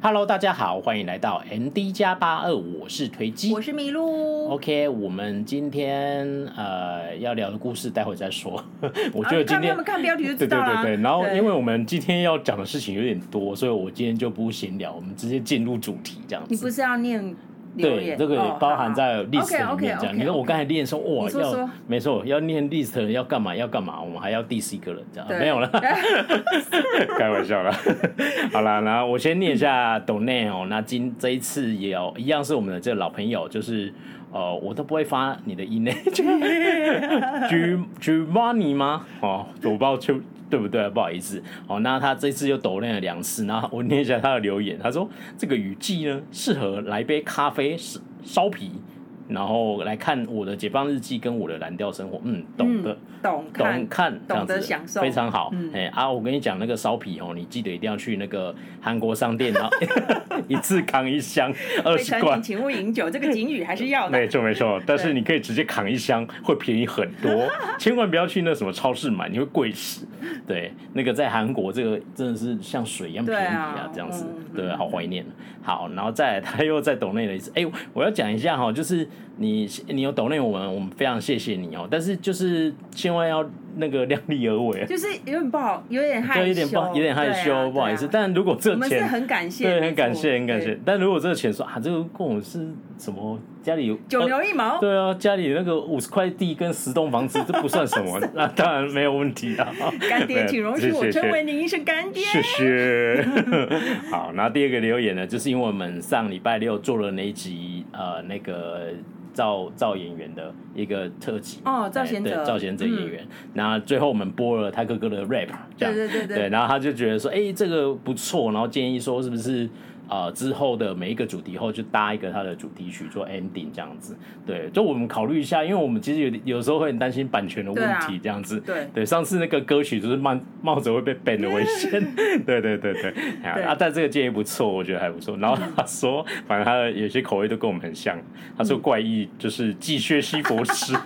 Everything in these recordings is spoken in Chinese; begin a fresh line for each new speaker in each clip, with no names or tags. Hello，大家好，欢迎来到 MD 加八二，我是推机，
我是麋鹿。啊
OK，我们今天呃要聊的故事，待会再说。 我觉
啊
得今
看
天、
他们看标题就
对
知
对
道
对
啦。
对，然后
对
因为我们今天要讲的事情有点多，所以我今天就不闲聊，我们直接进入主题这样
你不
子。
是要念留
对，
言？哦
这个也包含在 list 里
OK
面
OK
这样。
OK。
你看我刚才念说，哇，
你说
要
说
没错，要念 list 要干嘛要干嘛，我们还要 diss 一个人这样，
对
没有了。开玩笑啦， 好啦，然后我先念一下 d o n a t 哦。那今这一次也有一样是我们的这个老朋友，就是呃，我都不会发你的 email，就 G G Money 吗？哦，我不知道就对不对，不好意思。哦，那他这次又抖念了两次，然后我念一下他的留言，他说这个雨季呢，适合来杯咖啡烧烧啤，然后来看我的解放日记跟我的蓝调生活。嗯，懂的。
嗯 懂
懂
看
看，这样子
懂得享受
非常好。哎、
嗯
啊，我跟你讲那个烧皮哦，你记得一定要去那个韩国商店，然 后一次扛一箱二
未
十
成
罐
年。请勿饮酒，这个警语还是要的。
没错没错，但是你可以直接扛一箱，会便宜很 多。千万不要去那什么超市买，你会贵死。对，那个在韩国这个真的是像水一样
对
便宜
啊
啊，这样子，
嗯
对，好怀念。好，然后再来 他又在抖内了一次。哎、我要讲一下哈，就是你你有抖内我们，我们非常谢谢你哦。但是就是千万要那个量力而为啊，
就是有点不好，有点害
对，有
羞，
点不好有点害羞，
对啊
不好意思。
对啊
但如果这
我们是
钱，
很感谢，
对，
没
很
错
感谢，很感谢
对。
但如果这个钱说啊，这个跟我是什么家里有
九牛一毛。
对啊，家里那个五十块地跟十栋房子，这不算什 么，那当然没有问题啊。
干爹，请容许我
谢谢
称为您一声干爹。
谢谢。 好，然后第二个留言呢，就是因为我们上礼拜六做了那一集呃那个造造演员的一个特辑
哦赵贤
哎对
哲
赵贤哲
嗯
演员，然后最后我们播了他哥哥的 rap，这样
对对对对
然后他就觉得说，哎、这个不错，然后建议说是不是？呃，之后的每一个主题后就搭一个他的主题曲做 ending 这样子，对，就我们考虑一下，因为我们其实有点有时候会很担心版权的
对
问
啊
题这样子，
对
对，上次那个歌曲就是冒冒着会被 ban 的危 险，对对对对，
对
啊，但这个建议不错，我觉得还不错。然后他说，反正他的有些口味都跟我们很像。他说怪异就是继薛西佛 斯，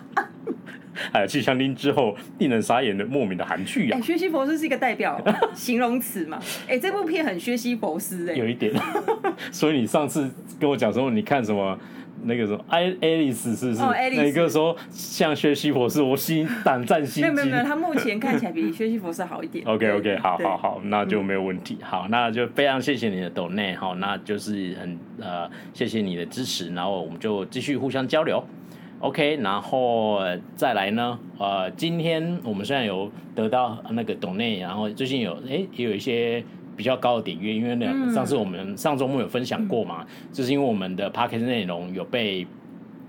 还有气象丁之后，令人傻眼的莫名的韩剧啊
哎，，学习佛斯是一个 代表形容词嘛？哎，这部片很学习佛斯哎
有，一点。 所以你上次跟我讲说，你看什么？那个什么，爱爱丽丝是不是？
哦爱丽丝
那个说像薛西佛斯，我心胆战心
没有
惊。
没有没有，他目前看起 来比学习佛斯好一点。
OK
对
OK，好
对嗯
好好，那就没有问题。好，那就非常谢谢你的 d o n a 好，那就是很呃，谢谢你的支持，然后我们就继续互相交流。OK，然后呃再来呢，呃，今天我们虽然有得到那个 d o n a 然后最近有诶也有一些比较高的点阅，因为呢、
嗯
上次我们上周末有分享过嘛，就是因为我们的 p a c k a g e 内容有被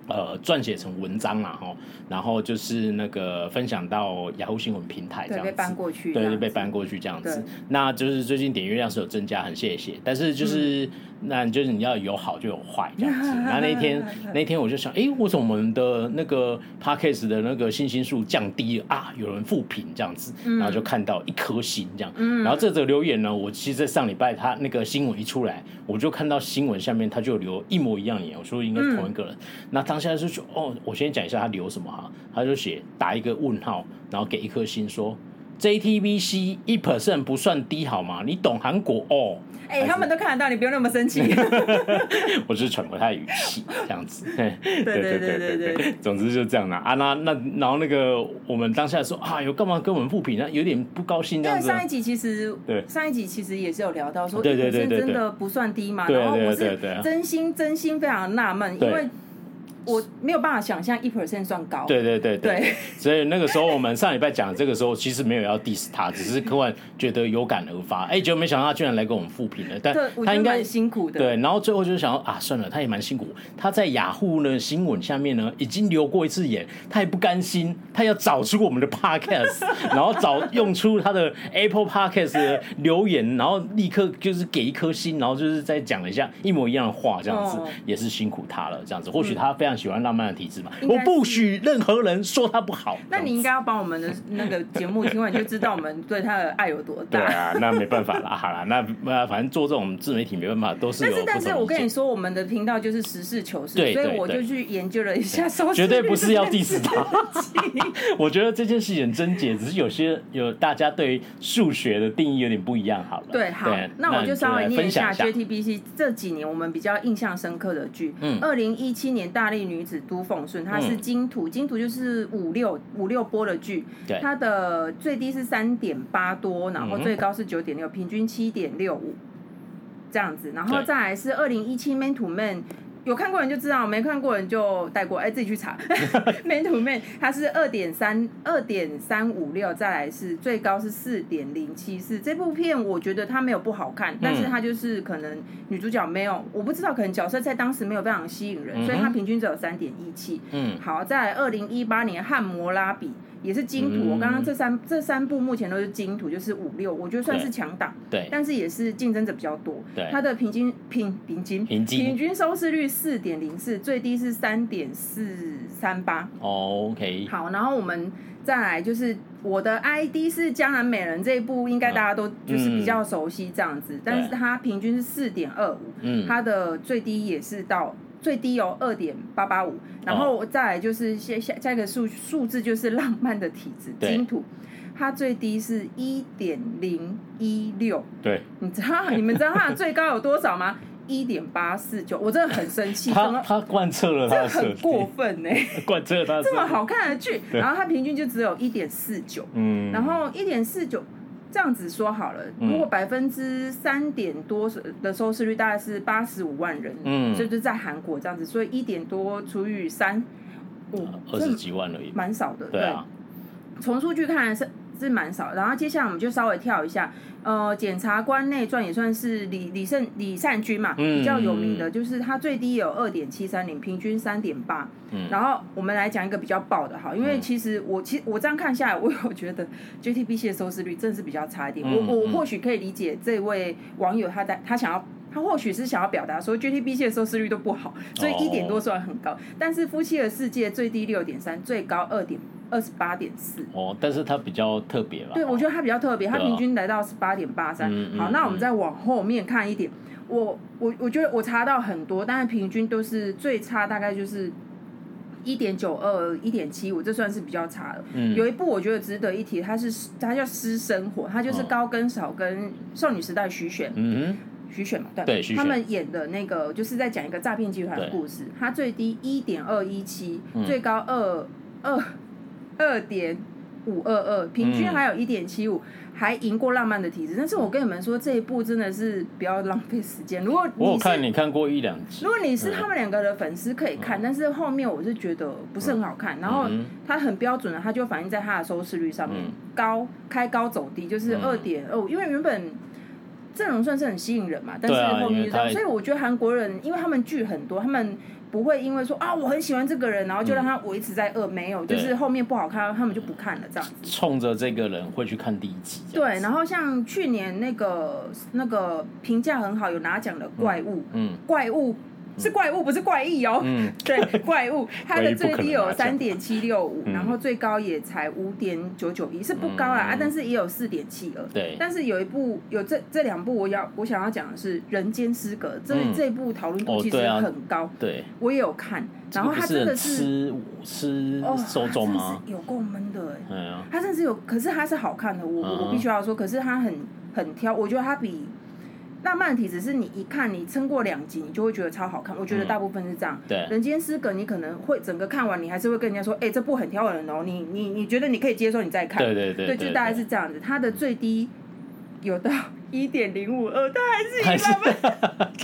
呃撰写成文章啦，吼，然后就是那个分享到雅虎新闻平台这
对，
样
被
子，
搬过去，
对，
这
就
样
被
子
搬过去这样子
对。
那就是最近点阅量是有增加，很谢谢。但是
嗯
就是、那就是你要有好就有坏这样子。然后那 天那天我就想，诶，为什么我们的那个 podcast 的那个信心数降低了啊？有人复评这样子，
嗯
然后就看到一颗星这样。然后这则留言呢，我其实在上礼拜他那个新闻一出来，我就看到新闻下面他就留一模一样的言，我说应该是同一个人。那当下就说，哦，我先讲一下他留什么哈，他就写打一个问号，然后给一颗星说。JTBC 一 percent 不算低好吗？你懂韩国哦，
哎、他们都看得到，你不用那么生气。
我只是揣摩他的语气这样子。对对
对对对对，
总之就这样啦。啊，那那然后那个我们当下说啊，有干嘛跟我们复评呢？有点不高兴这
因
样
为
子啊。
上一集其实，
对
上一集其实也是有聊到说，
对对对
1%
对对
真的不算低嘛。
对
然后
对
我
对
是
对
真心真心非常纳闷，
对
因为我没有办法想象一 percent 算高。
对对对对，
对
所以那个时候我们上礼拜讲的这个时候，其实没有要 diss 他，只是突然觉得有感而发，哎、结果没想到他居然来给我们复评了。但
对，
他
我觉得
应该
蛮辛苦的。
对，然后最后就是想要啊，算了，他也蛮辛苦。他在雅虎呢新闻下面呢已经留过一次言，他也不甘心，他要找出我们的 podcast，然 后找用出他的 Apple podcast 的留言，然后立刻就是给一颗星，然后就是再讲了一下一模一样的话，这样子、
哦嗯
也是辛苦他了，这样子。或许他非常常喜欢浪漫的体质嘛，
应该
我
是
不许任何人说他不好。
那你应该要帮我 们的那个节目听完，你就知道我们对他的爱有多
对
大。
啊，那没办法啦，好啦，那那反正做这种自媒体没办法，都是有不同
但是，但是
意
我跟
见
你说，我们的频道就是实事求是，
对
所以
对
我就
对
去研究了一下收视
绝对
率
不是要
这件
diss
事
他。我觉得这件事情很贞洁，只是有些有大家对数学的定义有点不一样，好了。
对，好，那我
你
就稍微
来
念
分
一
享
下
一下。
JTBC 这几年我们比较印象深刻的剧。
嗯
二零一七年大力女子都奉顺，它是
嗯
金土，金土就是五六五六波的剧，
对
它的最低是三点八多，然后
嗯
最高是九点六，平均七点六五这样子。然后
对
再来是二零一七 Man to Man。有看过人就知道，没看过人就带过，哎、自己去查。Man to Man，它是二点三二点三五六，再来是最高是四点零七四。这部片我觉得它没有不好看，但
嗯
是它就是可能女主角没有，我不知道，可能角色在当时没有非常吸引人，所以
嗯
它
哼
平均只有三点一七。
嗯，
好，在二零一八年汉摩拉比也是金土，
嗯
我刚刚这三这三部目前都是金土，就是五六，我觉得算是强档，
对，
但是也是竞争者比较多。
对
它的平均平平均
平均
均收视率四点零四，最低是三点四三八。
OK，
好，然后我们再来就是我的 ID 是《江南美人》这一部，应该大家都
嗯
就是比较熟悉这样子，但是它平均是四点二五，
嗯，
它的最低也是到最低有二点八八
哦
五，然后再来就是下下下一个数数字就是浪漫的体质
对
金土，它最低是一点零一六，
对，
你知道你们知道它的最高有多少吗？一点八四九，我真的很生气，怎
他
么
他贯彻了他
啊这
的设
很过
定，
分呢、 欸
贯彻了他的设
这么
定。
好看的剧，
对
然后它平均就只有一点四九，
嗯，
然后一点四九这样子说好了，
嗯
如果百分之三点多的收视率大概是八十五万人，
嗯
所以就在韩国这样子，所以一点多除以三，哦，
二
这
十几万而已。
蛮少的，
对啊，
从数据看来是是蛮少的。然后接下来我们就稍微跳一下，呃，检察官内传也算是李李胜李善均嘛，
嗯
比较有名的，就是他最低有二点七三零，平均三点八。
嗯
然后我们来讲一个比较爆的哈，因为
嗯
其实我其实我这样看下来，我有觉得 JTBC 的收视率真的是比较差一点。
嗯
我我
嗯
或许可以理解这位网友他在他想要。他或许是想要表达说 JTBC 的收视率都不好，所以
哦
一点多虽然很高，但是《夫妻的世界》最低六点三，最高二点二十八点四。
哦，但是他比较特别吧？
对，我觉得它比较特别，它
对啊
平均来到十八点八三
嗯。嗯
好，那
嗯
我们再往后面看一点，我我我觉得我查到很多，但是平均都是最差，大概就是一点九二、一点七五，这算是比较差的。
嗯
有一部我觉得值得一提，它是它叫《私生活》，它就是
哦
高跟少跟少女时代徐选
嗯
徐选嘛，对，
对徐
他
选
们演的那个就是在讲一个诈骗集团的
对嗯
故事，它最低一点二一七，最高二二二点。五二二，平均还有一点七五，还赢过《浪漫的体质》。但是我跟你们说，这一部真的是不要浪费时间。如果
哼，我有
你
看
是
你看过一两集
如。果你是
嗯
他们两个的粉丝，可以看，但是后面我是觉得不是很好看。然后
嗯
它很标准的，它就反映在它的收视率上面，
嗯
高开高走低，就是二点哦，因为原本。阵容算是很吸引人嘛，但
对啊
是后面就这
因
样，
为他
所以我觉得韩国人，因为他们剧很多，他们不会因为说啊我很喜欢这个人，然后就让他维持在二，没有，就
嗯对
是后面不好看，他们就不看了这样子。
冲着这个人会去看第一集，这样
对，然后像去年那个那个评价很好有拿奖的怪物，
嗯
怪物是怪物不是怪异哦，
嗯，
对，怪物，它
怪
的
异不
最
可
低
能
有
拿
三
奖
点七六五，然
嗯
后最高也才五点九九一，是不高啦，啊
嗯
但是也有四点七二。
对
但是有一部有这这两部，我要我想要讲的是《人间失格》，这、
嗯
这部讨论度
哦
其实
对啊
很高，
对，
我也有看，然
这
后
个不
它真的
很
是
吃吃
哦，
受众吗？
它真的是有够闷的哎、
哎呀，
它真的是有，可是它是好看的，我
嗯
我我必须要说，可是它很很挑，我觉得它比《浪漫体只是你一看，你撑过两集，你就会觉得超好看。我觉得大部分是这样。
嗯对
人间失格》你可能会整个看完，你还是会跟人家说，哎、这部很挑人哦，你你你觉得你可以接受，你再看。
对对对
对，就大概是这样子。它的最低有到一点零五二，它还是
还是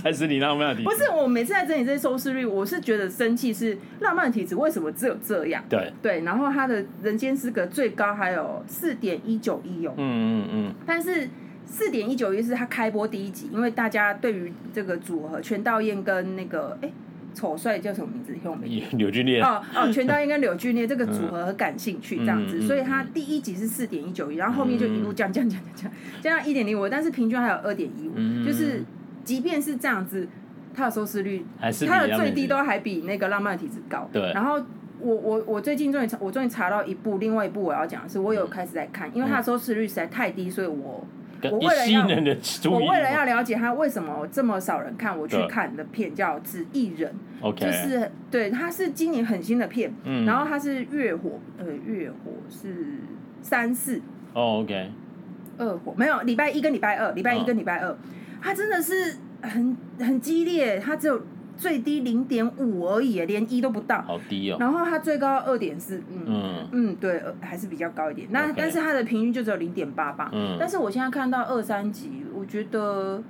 还是你浪漫的，
不是？我每次在整理这些收视率，我是觉得生气是《浪漫体质为什么只有这样？
对，
对，然后它的人间失格最高还有四点一九一哦，
嗯嗯
但是四点一九一是它开播第一集，因为大家对于这个组合全道燕跟那个哎丑帅叫什么名字？听我没
嗯，柳俊烈，
哦哦，全道燕跟柳俊烈这个组合很感兴趣，这样子，
嗯嗯嗯嗯
所以它第一集是四点一九一，然后后面就一路降降降降降降到一点零五，但是平均还有二点一五，
嗯
就是即便是这样子。它的收视率，
还是比
它的
较
最
面
低
积
都还比那个《浪漫的体质》高。
对
然后我我我最近终于查，我终于查到一部，另外一部我要讲的是，我
嗯
有开始在看，因为它的收视率实在太低，所以我
跟
我
一
为了
吸
要
引人的注意
我
力，
为了要了解它为什么这么少人看，我去
对
看的片叫《纸艺人》，
OK，
就是对，它是今年很新的片，
嗯
然后它是月火，呃，月火是三四
哦 OK，
二火，没有礼拜一跟礼拜二，礼拜一
嗯
跟礼拜二，它真的是很很激烈，它只有最低零点五而已，连一都不到，
好低哦，
然后它最高二点四，嗯。
嗯
嗯，对，呃还是比较高一点。那
OK
但是它的平均就只有零点八八。
嗯
但是我现在看到二三集，我觉得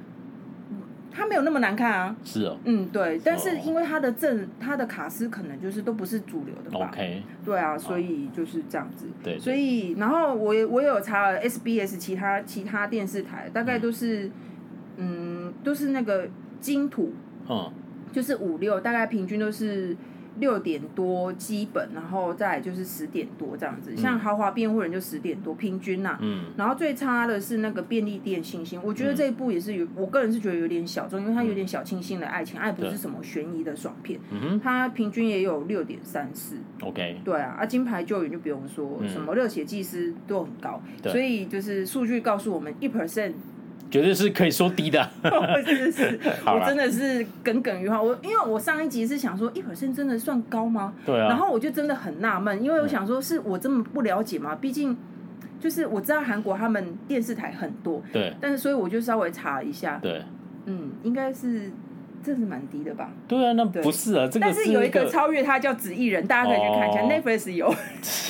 嗯它没有那么难看啊。
是哦
嗯，对，但是
哦
因为它的正，它的卡司可能就是都不是主流的吧。
，OK，哦
对啊，所以就是这样子。
对对
所以然后我也我也有查呃了 SBS 其他其他电视台，大概都是嗯都是那个金土，
嗯
就是五六，大概平均都是。六点多基本，然后再来就是十点多这样子。像豪华辩护人就十点多，平均呐、
嗯
然后最差的是那个便利店星星，我觉得这一部也是有，我个人是觉得有点小众，因为它有点小清新的爱情，它也不是
嗯对
什么悬疑的爽片，
嗯
它平均也有六点三四。
哼，OK，
对啊，啊，金牌救援就不用说，
嗯
什么热血技师都很高，
对
所以就是数据告诉我们一 percent
绝对是可以说低的，
我真的是，
好
我
啦
真的是耿耿于怀。我因为我上一集是想说一 percent 真的算高吗？
对
然
啊，嗯
后我就真的很纳闷，因为我想说是我这么不了解吗？毕竟就是我知道韩国他们电视台很多，
对
但是所以我就稍微查了一下，
对
嗯，应该是这是蛮低的吧。
对啊，那不是啊，这个
但是有
一
一个超越它叫《紫艺人》，大家可以去看一下、
哦
Netflix 有。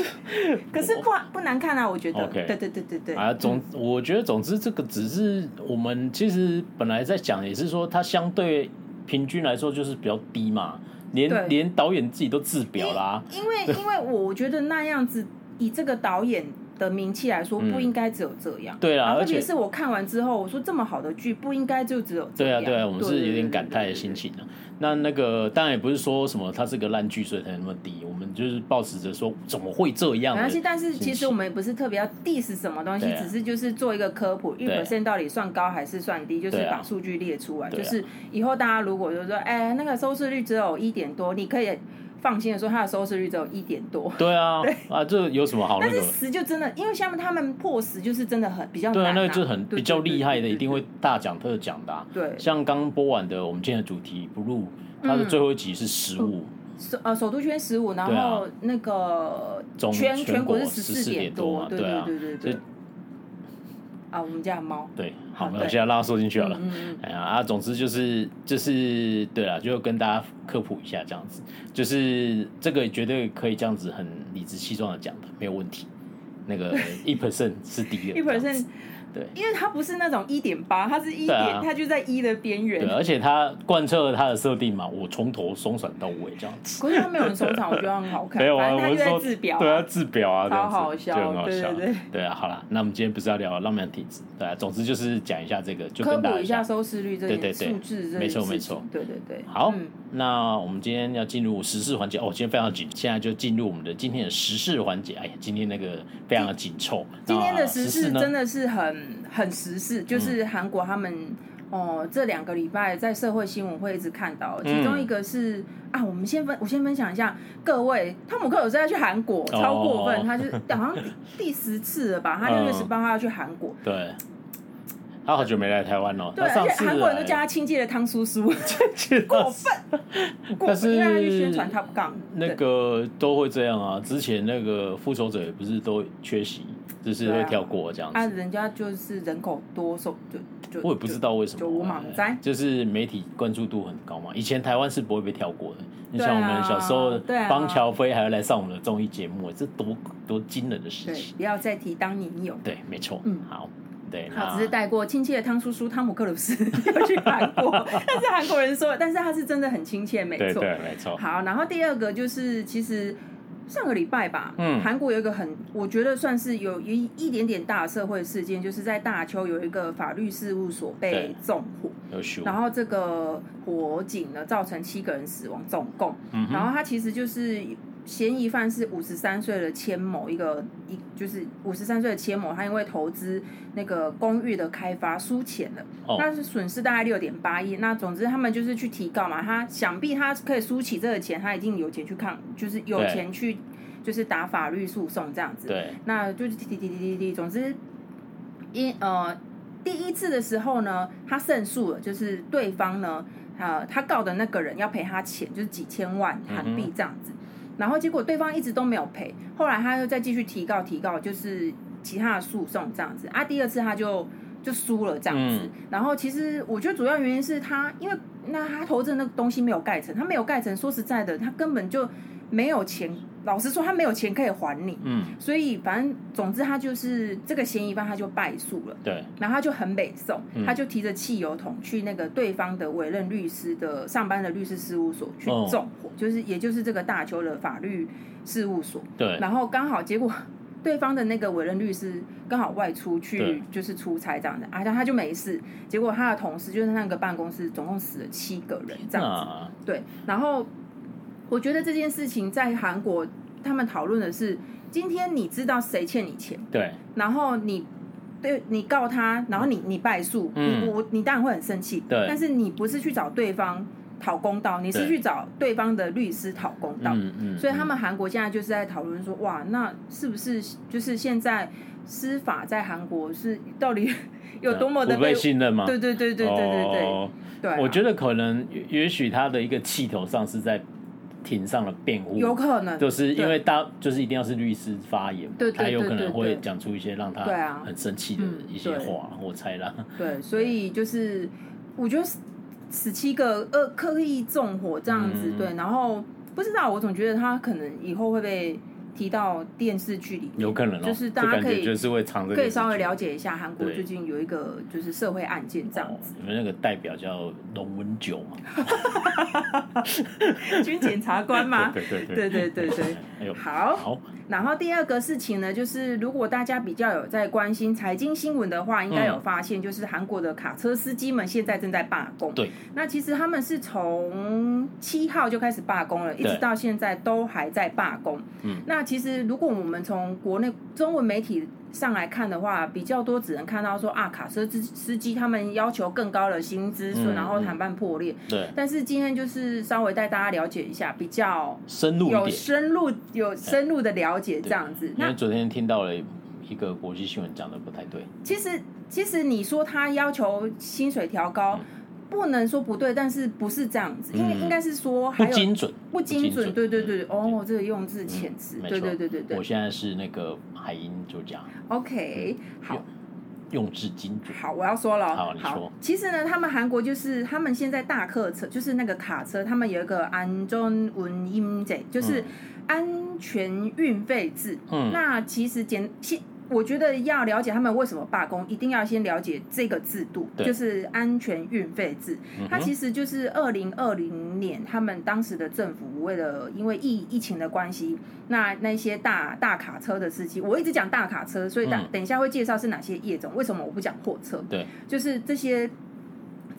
可是不不难看啊，我觉得。
OK
对对对对对。
啊，总我觉得，总之这个只是我们其实本来在讲，也是说它相对平均来说就是比较低嘛，
对
连连导演自己都自表啦，
因 为因为我觉得那样子，以这个导演的名气来说，
嗯
不应该只有这样。
对啦
然
而
后特别
且
是我看完之后，我说这么好的剧，不应该就只有这
对啊，
样。
对啊，我们是有点感
对
慨的心。情啊。那那个当然也不是说什么它是个烂剧，所以才那么低。我们就是抱持着说怎么会这样
没
呢
关系，？但是其
心
实
情
我们也不是特别要 diss 什么东西，
对啊
只是就是做一个科普，一
对啊
percent 到底算高还是算低，就是
对啊
把数据列出来。
对
就
啊
是以后大家如果就说，哎，那个收视率只有一点多，你可以放心的说它的收视率只有一点多。
对啊，啊，这有什么好那
但
个
是？十就真的，因为像他们破十就是真的很比较
对
难、
啊，
啊，
那就很
对
比较厉害的，
对对对
一定会大讲特讲的啊。
对，
像刚播完的我们今天的主题《Blue》，它
嗯
的最后一集是十五、
首呃首都圈十五，然
对
后
啊
那个
中
全
全
国是
国
四
14点
多
多，嘛
对
对啊
对对
所
对
以。
啊，我们家的猫，
对，好，
好
没
对
有，现在让它收进去好了。
嗯嗯，
哎呀啊，总之就是就是对了，就跟大家科普一下这样子，就是这个绝对可以这样子很理直气壮的讲的，没有问题。那 个一 percent 是低的，这
一
样
percent
子对
因为它不是那种一点八，它是
对
一点
啊，
它就在一的边
对，啊
缘。
而且它贯彻了它的设定嘛，我从头松散到尾这样子。
可是它没有人收藏，我觉得它很好看。
没有啊，
反正
我
它就是在
说
治表。
对啊，治表啊，这样子
超好笑
就很好
对
笑，
对对
啊，好啦，那我们今天不是要聊浪漫体质，对啊，总之就是讲一下这个，就
科
跟大
普
家
一下收视率这
对对
件
对
数字这
没错
件事
没
情
错
对对对。
好，
嗯
那我们今天要进入时事环节哦，今天非常紧，现在就进入我们的今天的时事环节。哎呀，今天那个非常的紧凑。
今天
那
的时事
啊呢嗯
真的是很很时事，就是韩国他们哦、这两个礼拜在社会新闻会一直看
嗯
到，其中一个是、啊，我们先分我先分享一下各位，汤姆克鲁斯要去韩国，超过分，
哦
他就是好像第第十次了吧，他六月
嗯
十八号要去韩国。
对，他好久没来台湾了。
对，
他
而
上
且
次啊
韩国人都叫
来
他亲戚的汤叔叔，过分，过
但是
分，因为他去宣传 Top Gun，
那
对
个都会这样啊。之前那个复仇者也不是都缺席，就是
对
会
啊
跳过这样
啊，
子。
人家就是人口多，受就就
我也不知道为什么，啊
就我莽栽
就是媒体关注度很高嘛。以前台湾是不会被跳过的，你
对啊
像我们小时候
对啊，
邦乔飞还要来上我们的综艺节目，这多多惊人的事
对，
情。
不要再提当年有。
对，没错，
嗯
好，对，
好，
那
只是带过亲切的汤叔叔汤姆克鲁斯 要去韩 国，但是韩国人说，但是他是真的很亲切，没
对
错。
对，没错，
好，然后第二个就是其实。上个礼拜吧，
嗯
韩国有一个很，我觉得算是有一一点点大的社会事件，就是在大邱有一个法律事务所被
对
纵火，
有修，
然后这个火警呢造成七个人死亡，总共，
嗯哼
然后它其实就是嫌疑犯是五十三岁的千某，一个一就是五十三岁的千某，他因为投资那个公寓的开发输钱了，
哦
那是损失大概六点八亿。那总之他们就是去提告嘛，他想必他可以输起这个钱，他一定有钱去抗，就是有
对
钱去就是打法律诉讼这样子。
对，
那就是滴滴滴滴滴滴，总之，因呃第一次的时候呢，他胜诉了，就是对方呢，呃，他告的那个人要赔他钱，就是几千万韩币这样子。然后结果对方一直都没有赔，后来他又再继续提告提告，就是其他的诉讼这样子。啊，第二次他就就输了这样子。
嗯
然后其实我觉得主要原因是他，因为那他投资的那个东西没有盖成，他没有盖成，说实在的，他根本就没有钱。老实说，他没有钱可以还你。
嗯，
所以反正总之他就是这个嫌疑犯他就败诉了，
对，
然后他就很北宋，
嗯
他就提着汽油桶去那个对方的委任律师的上班的律师事务所去
哦
纵火，就是也就是这个大邱的法律事务所，
对，
然后刚好结果。对方的那个委任律师刚好外出去
对，
就是出差这样子，啊，但他就没事。结果他的同事就是那个办公室，总共死了七个人这样子。
那
对，然后我觉得这件事情在韩国，他们讨论的是，今天你知道谁欠你钱，
对，
然后你对你告他，然后你你败诉，
嗯
你我你当然会很生气，
对
但是你不是去找对方讨公道，你是
对
去找对方的律师讨公道。
嗯嗯，
所以他们韩国现在就是在讨论说，哇，那是不是就是现在司法在韩国是到底 有多么的
嗯不被信任吗？
对对对对对对对、
哦
对啊、
我觉得可能也也许他的一个气头上是在庭上的辩护，
有可能
就是因
对
为大就是一定要是律师发言嘛，
对对
他有可
对对
能会
对
讲出一些让他
对啊
很生气的
嗯
一些
对
话，我猜啦。
对，所以就是我觉得十七个恶刻意纵火这样子，
嗯
对，然后不知道，我总觉得他可能以后会被提到电视剧里面，
有可能哦，
就是大
这
家
感
可
觉
以
就是会藏着
可以稍微了解一下韩国
对哦
最近有一个就是社会案件这样子，
你们那个代表叫龙文九嘛？
军检察官嘛。
对对
啊对对对对，
哎呦，
好
好，
然后第二个事情呢，就是如果大家比较有在关心财经新闻的话，应
嗯
该有发现，就是韩国的卡车司机们现在正在罢工。
对，
那其实他们是从七号就开始罢工了，一直
对
到现在都还在罢工。
嗯，
那其实如果我们从国内中文媒体上来看的话，比较多只能看到说啊，卡车司司机他们要求更高的薪资，
嗯
然后
嗯
谈判破裂。
对，
但是今天就是稍微带大家了解一下，比较
深入
有
一点。
深入有深入的了解这样子。
因为
那
昨天听到了一个国际新闻，讲的不太对，
其实其实你说他要求薪水调高。不能说不对，但是不是这样子？因为
嗯
应该是说还
不
有
精准，嗯
不精准，对对对，哦，这个用字遣词，
没
对
错
对对对
我
对
现在是那个海英作家，
，OK，好。
用字精准。
好，我要说了哦。
好你说
其实呢，他们韩国就是他们现在大客车，就是那个卡车，他们有一个安中文音制，就是安全运费制。
嗯
那其实简先，我觉得要了解他们为什么罢工，一定要先了解这个制度，
对嗯
就是安全运费制。它其实就是二零二零年他们当时的政府为了因为疫疫情的关系，那那些大大卡车的司机，我一直讲大卡车，所以等
嗯
等一下会介绍是哪些业种，为什么我不讲货车？
对，
就是这些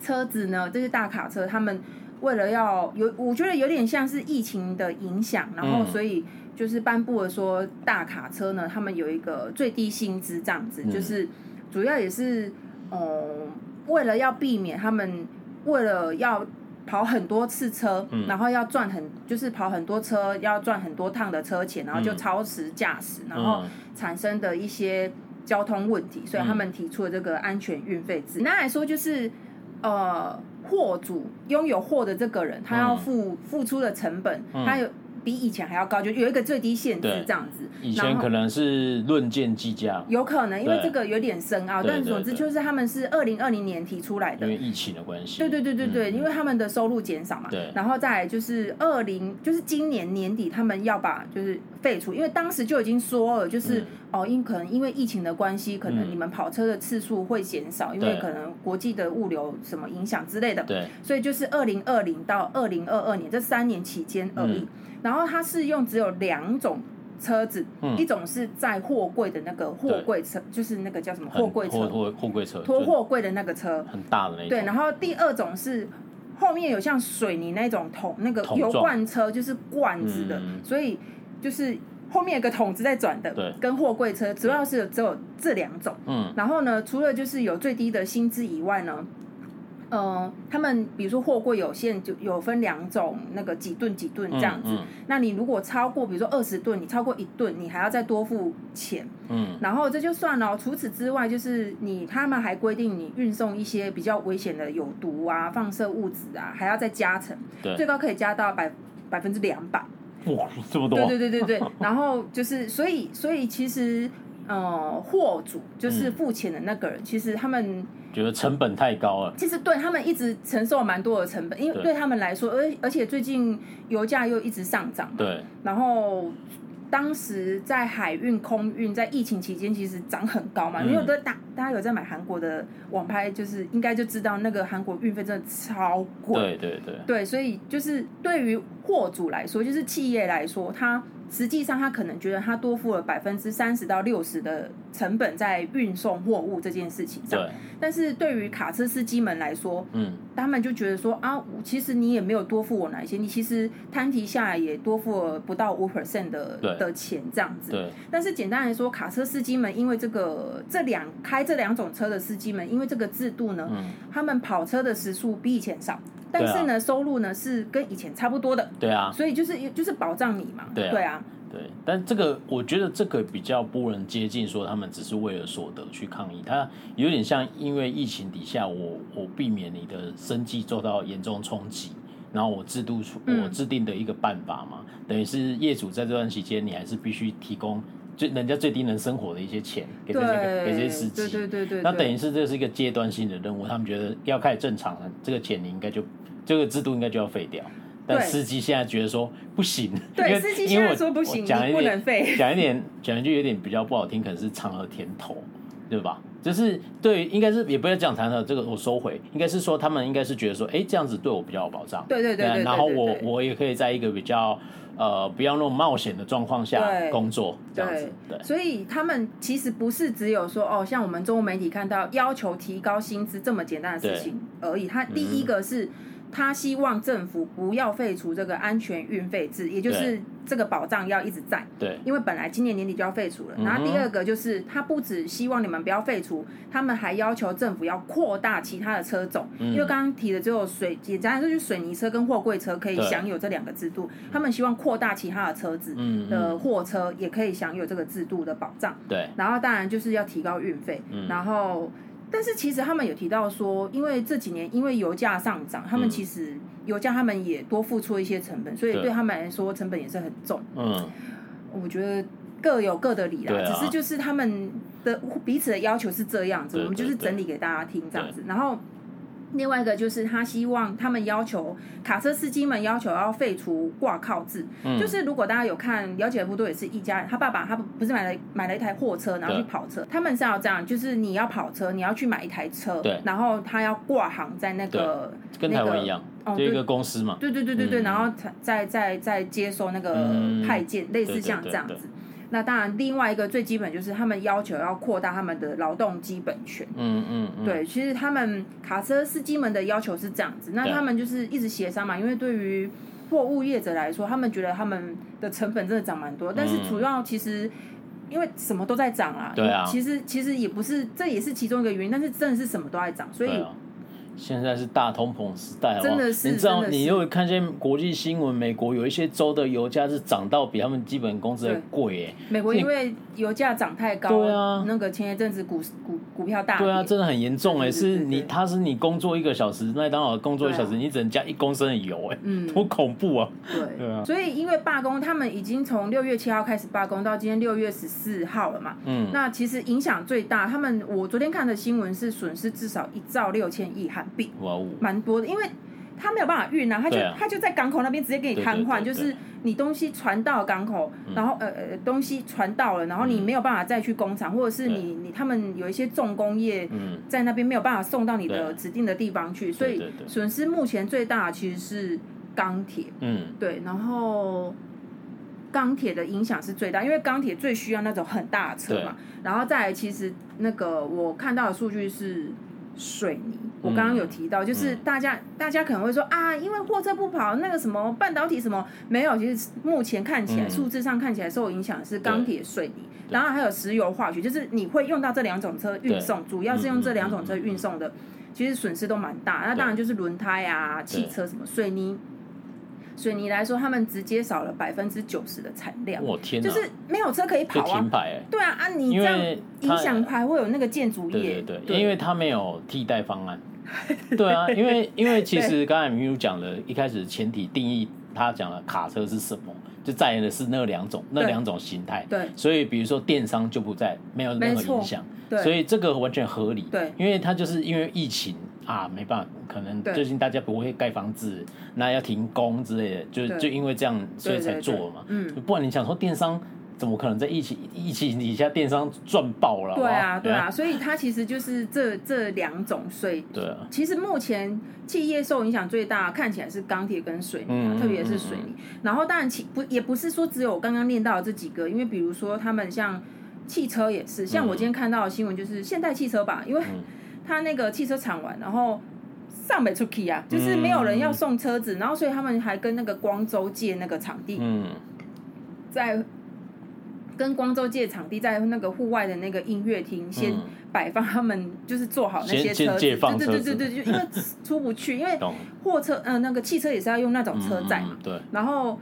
车子呢，这些大卡车，他们为了要有，我觉得有点像是疫情的影响，然后
嗯
所以就是颁布了说大卡车呢，他们有一个最低薪资这样子，
嗯
就是主要也是嗯，为了要避免他们为了要。跑很多次车，
嗯
然后要赚很，就是跑很多车，要赚很多趟的车钱，然后就
嗯
超时驾驶，然后
嗯
产生的一些交通问题，所以他们提出了这个安全运费
嗯
制。那来说就是，呃，货主拥有货的这个人，他要付、付出的成本，
嗯
他有比以前还要高，就有一个最低限制
对
这样子。
以
然
前
后
可能是论件计价，
有可能，因为
对
这个有点深奥，
对
但
对
总之
对
就是他们是二零二零年提出来的
因，为疫情的关系。
对对对对对，
嗯
因为他们的收入减少嘛，
对
然后再来就是二零，就是今年年底他们要把就是废除，因为当时就已经说了，就是、
嗯
哦，因可能因为疫情的关系，可能
嗯
你们跑车的次数会减少，因为
对
可能国际的物流什么影响之类的，
对，
所以就是二零二零到二零二二年这三年期间而已。
嗯
然后它适用只有两种车子，
嗯
一种是载货柜的那个货柜车，就是那个叫什么
很
货柜车，
货货货柜车，
拖
就
货柜的那个车，
很大的那一种。
对，然后第二种是后面有像水泥那种桶，那个
桶
油
状
罐车就是罐子的，
嗯
所以就是后面有个桶子在转
对
的，跟货柜车主要是有只有这两种。
嗯，
然后呢，除了就是有最低的薪资以外呢，呃，他们比如说货柜有限，就有分两种，那个几吨几吨这样子。
嗯
那你如果超过，比如说二十吨，你超过一吨，你还要再多付钱。
嗯
然后这就算了哦、除此之外，就是你他们还规定你运送一些比较危险的有毒啊、放射物质啊，还要再加成，
对
最高可以加到百百分之两百。
嗯，哇，这么多，
对对对对对。然后就是，所以所以其实，呃，货主就是付钱的那个人，其实他们
觉得成本太高了，
其实对他们一直承受蛮多的成本，因为
对
对他们来说，而而且最近油价又一直上涨嘛，
对，
然后当时在海运、空运，在疫情期间其实涨很高嘛，
嗯
因为都大大家有在买韩国的网拍，就是应该就知道那个韩国运费真的超贵。
对对对，
对，所以就是对于货主来说，就是企业来说，他实际上他可能觉得他多付了百分之三十到六十的成本在运送货物这件事情上，
对，
但是对于卡车司机们来说，
嗯，
他们就觉得说啊，我其实你也没有多付我哪一些，你其实摊提下来也多付了不到五 percent 的
对
的钱这样子。
对，
但是简单来说，卡车司机们因为这个这两开这两种车的司机们，因为这个制度呢，
嗯，
他们跑车的时速比以前少，但是呢，收入呢是跟以前差不多的，
对啊，
所以就是就是保障你嘛，
对啊
对啊，
对，但这个我觉得这个比较不能接近，说他们只是为了所得去抗议，它有点像因为疫情底下，我我避免你的生计受到严重冲击，然后我制度出
嗯
我制定的一个办法嘛，等于是业主在这段期间，你还是必须提供最人家最低能生活的一些钱给这些
对，啊
给这些司机，
对对对对，
那等
对
于是这是一个阶段性的任务，他们觉得要开始正常了，这个钱你应该就这个制度应该就要废掉。但
对
司机现在觉得说不行，
对
因为
司机
因为
现在
我
说不
我
行
讲
你
一
不
点
能 废
讲一点讲一句有点比较不好听，可能是尝了甜头，对吧？就是对，应该是也不要讲谈了，这个我收回，应该是说他们应该是觉得说，哎，这样子对我比较有保障，
对对对对对
啊然后
对
我
对
我也可以在一个比较呃不要那么冒险的状况下
对
工作，这样子，对
所以他们其实不是只有说哦，像我们中国媒体看到要求提高薪资这么简单的事情而已。他第一个是、他希望政府不要废除这个安全运费制，也就是这个保障要一直在。
对
因为本来今年年底就要废除了，
嗯哼
然后第二个就是他不只希望你们不要废除，他们还要求政府要扩大其他的车种，
嗯
因为刚刚提的只有水，简单来说就是水泥车跟货柜车可以
对
享有这两个制度，他们希望扩大其他的车子，
嗯嗯
的货车也可以享有这个制度的保障。
对，
然后当然就是要提高运费，
嗯
然后但是其实他们有提到说，因为这几年因为油价上涨，他们
嗯
其实油价他们也多付出一些成本，所以
对
对他们来说成本也是很重。
嗯，
我觉得各有各的理啦，
对啊
只是就是他们的彼此的要求是这样子，
对
我们就是
对对
整理给大家听这样子。然后另外一个就是他希望他们要求卡车司机们要求要废除挂靠制，
嗯
就是如果大家有看《了解不多》也是一家人，他爸爸他不是买了买了一台货车，然后去
对
跑车，他们是要这样，就是你要跑车，你要去买一台车
对，
然后他要挂行在那个
跟台湾一样，
那个哦
就一
对
个公司嘛，
对对对对对，
嗯
然后才再再再接收那个
嗯
派件，类似
对
像这
对
样
对
子。那当然，另外一个最基本就是他们要求要扩大他们的劳动基本权。
嗯嗯嗯，
对，其实他们卡车司机们的要求是这样子，那
对
他们就是一直协商嘛，因为对于货物业者来说，他们觉得他们的成本真的涨蛮多，但是
嗯
主要其实。因为什么都在涨啦，
对啊
其实其实也不是，这也是其中一个原因，但是真的是什么都在涨，所以
对啊，现在是大通膨时代，好不好
真的是
你知道，
真的是
你又看见国际新闻，美国有一些州的油价是涨到比他们基本工资还
对
贵耶。
美国因为油价涨太高，
对啊
那个前一阵子股股股票大跌，
对啊，真的很严重哎！
对对对
是
对
你，
对
他是你工作一个小时，麦当劳工作一小时，
对啊
你只能加一公升的油哎，
嗯
多恐怖啊！
对
对啊
所以因为罢工，他们已经从六月七号开始罢工，到今天六月十四号了嘛。
嗯
那其实影响最大，他们我昨天看的新闻是损失至少一兆六千亿韩币，
哇哦，
蛮多的，因为。他没有办法运啊，他就、
对啊
他就在港口那边直接给你
对对
瘫
对
痪，
嗯
就
对
是你东西传到港口，然后呃呃东西传到了，然后你
嗯
没有办法再去工厂，或者是你你他们有一些重工业，
嗯，
在那边没有办法送到你的
对
指定的地方去，所以
对对
损失目前最大的其实是钢铁。
嗯，
对，然后钢铁的影响是最大，因为钢铁最需要那种很大的车嘛。然后再来，其实那个我看到的数据是水泥。我刚刚有提到，就是大家、大家可能会说啊，因为货车不跑，那个什么半导体什么没有。其实目前看起来，
嗯
数字上看起来受影响是钢铁、水泥，然后还有石油化学，就是你会用到这两种车运送，主要是用这两种车运送的，其实损失都蛮大。那当然就是轮胎啊、汽车什么水泥。水泥来说，他们直接少了百分之九十的产量，
我天哪，
就是没有车可以跑
啊就
啊
停。牌
对啊，啊，
哎，
你
因
这样
为它
影响还会有那个建筑业
对，对对，因为它没有替代方 案。对啊，因为因为其实刚才明如讲了，一开始前提定义他讲了卡车是什么，就在的是那两种那
对
两种形态。
对
所以比如说电商就不在，没有任
没
何
错
影响，
对
所以这个完全合理。
对
因为它就是因为疫情啊，没办法，可能
对
最近大家不会盖房子，那要停工之类的，就
对
就因为这样，所以
对
才
对
做
对
嘛。
嗯
不然你想说电商怎么可能在疫情疫情底下电商赚爆了？
对啊，
哇
对啊，，所以它其实就是这这两种水。
对啊。
其实目前企业受影响最大，看起来是钢铁跟水泥啊、
嗯
特别是水泥。然后当然其不也不是说只有我刚刚念到的这几个，因为比如说他们像汽车也是，像我今天看到的新闻就是现代汽车吧，因为
嗯
它那个汽车产完，然后上北出去啊，就是没有
嗯
人要送车子，然后所以他们还跟那个光州借那个场地，
嗯，
在跟光州借场地，在那个户外的那个音乐厅先
嗯
摆放他们，就是做好那些
先
车
先
子，
借放
对
车
对
子
对对对，就因为出不去，因为
懂。
货车呃那个汽车也是要用那种车载嘛，
嗯，对，
然后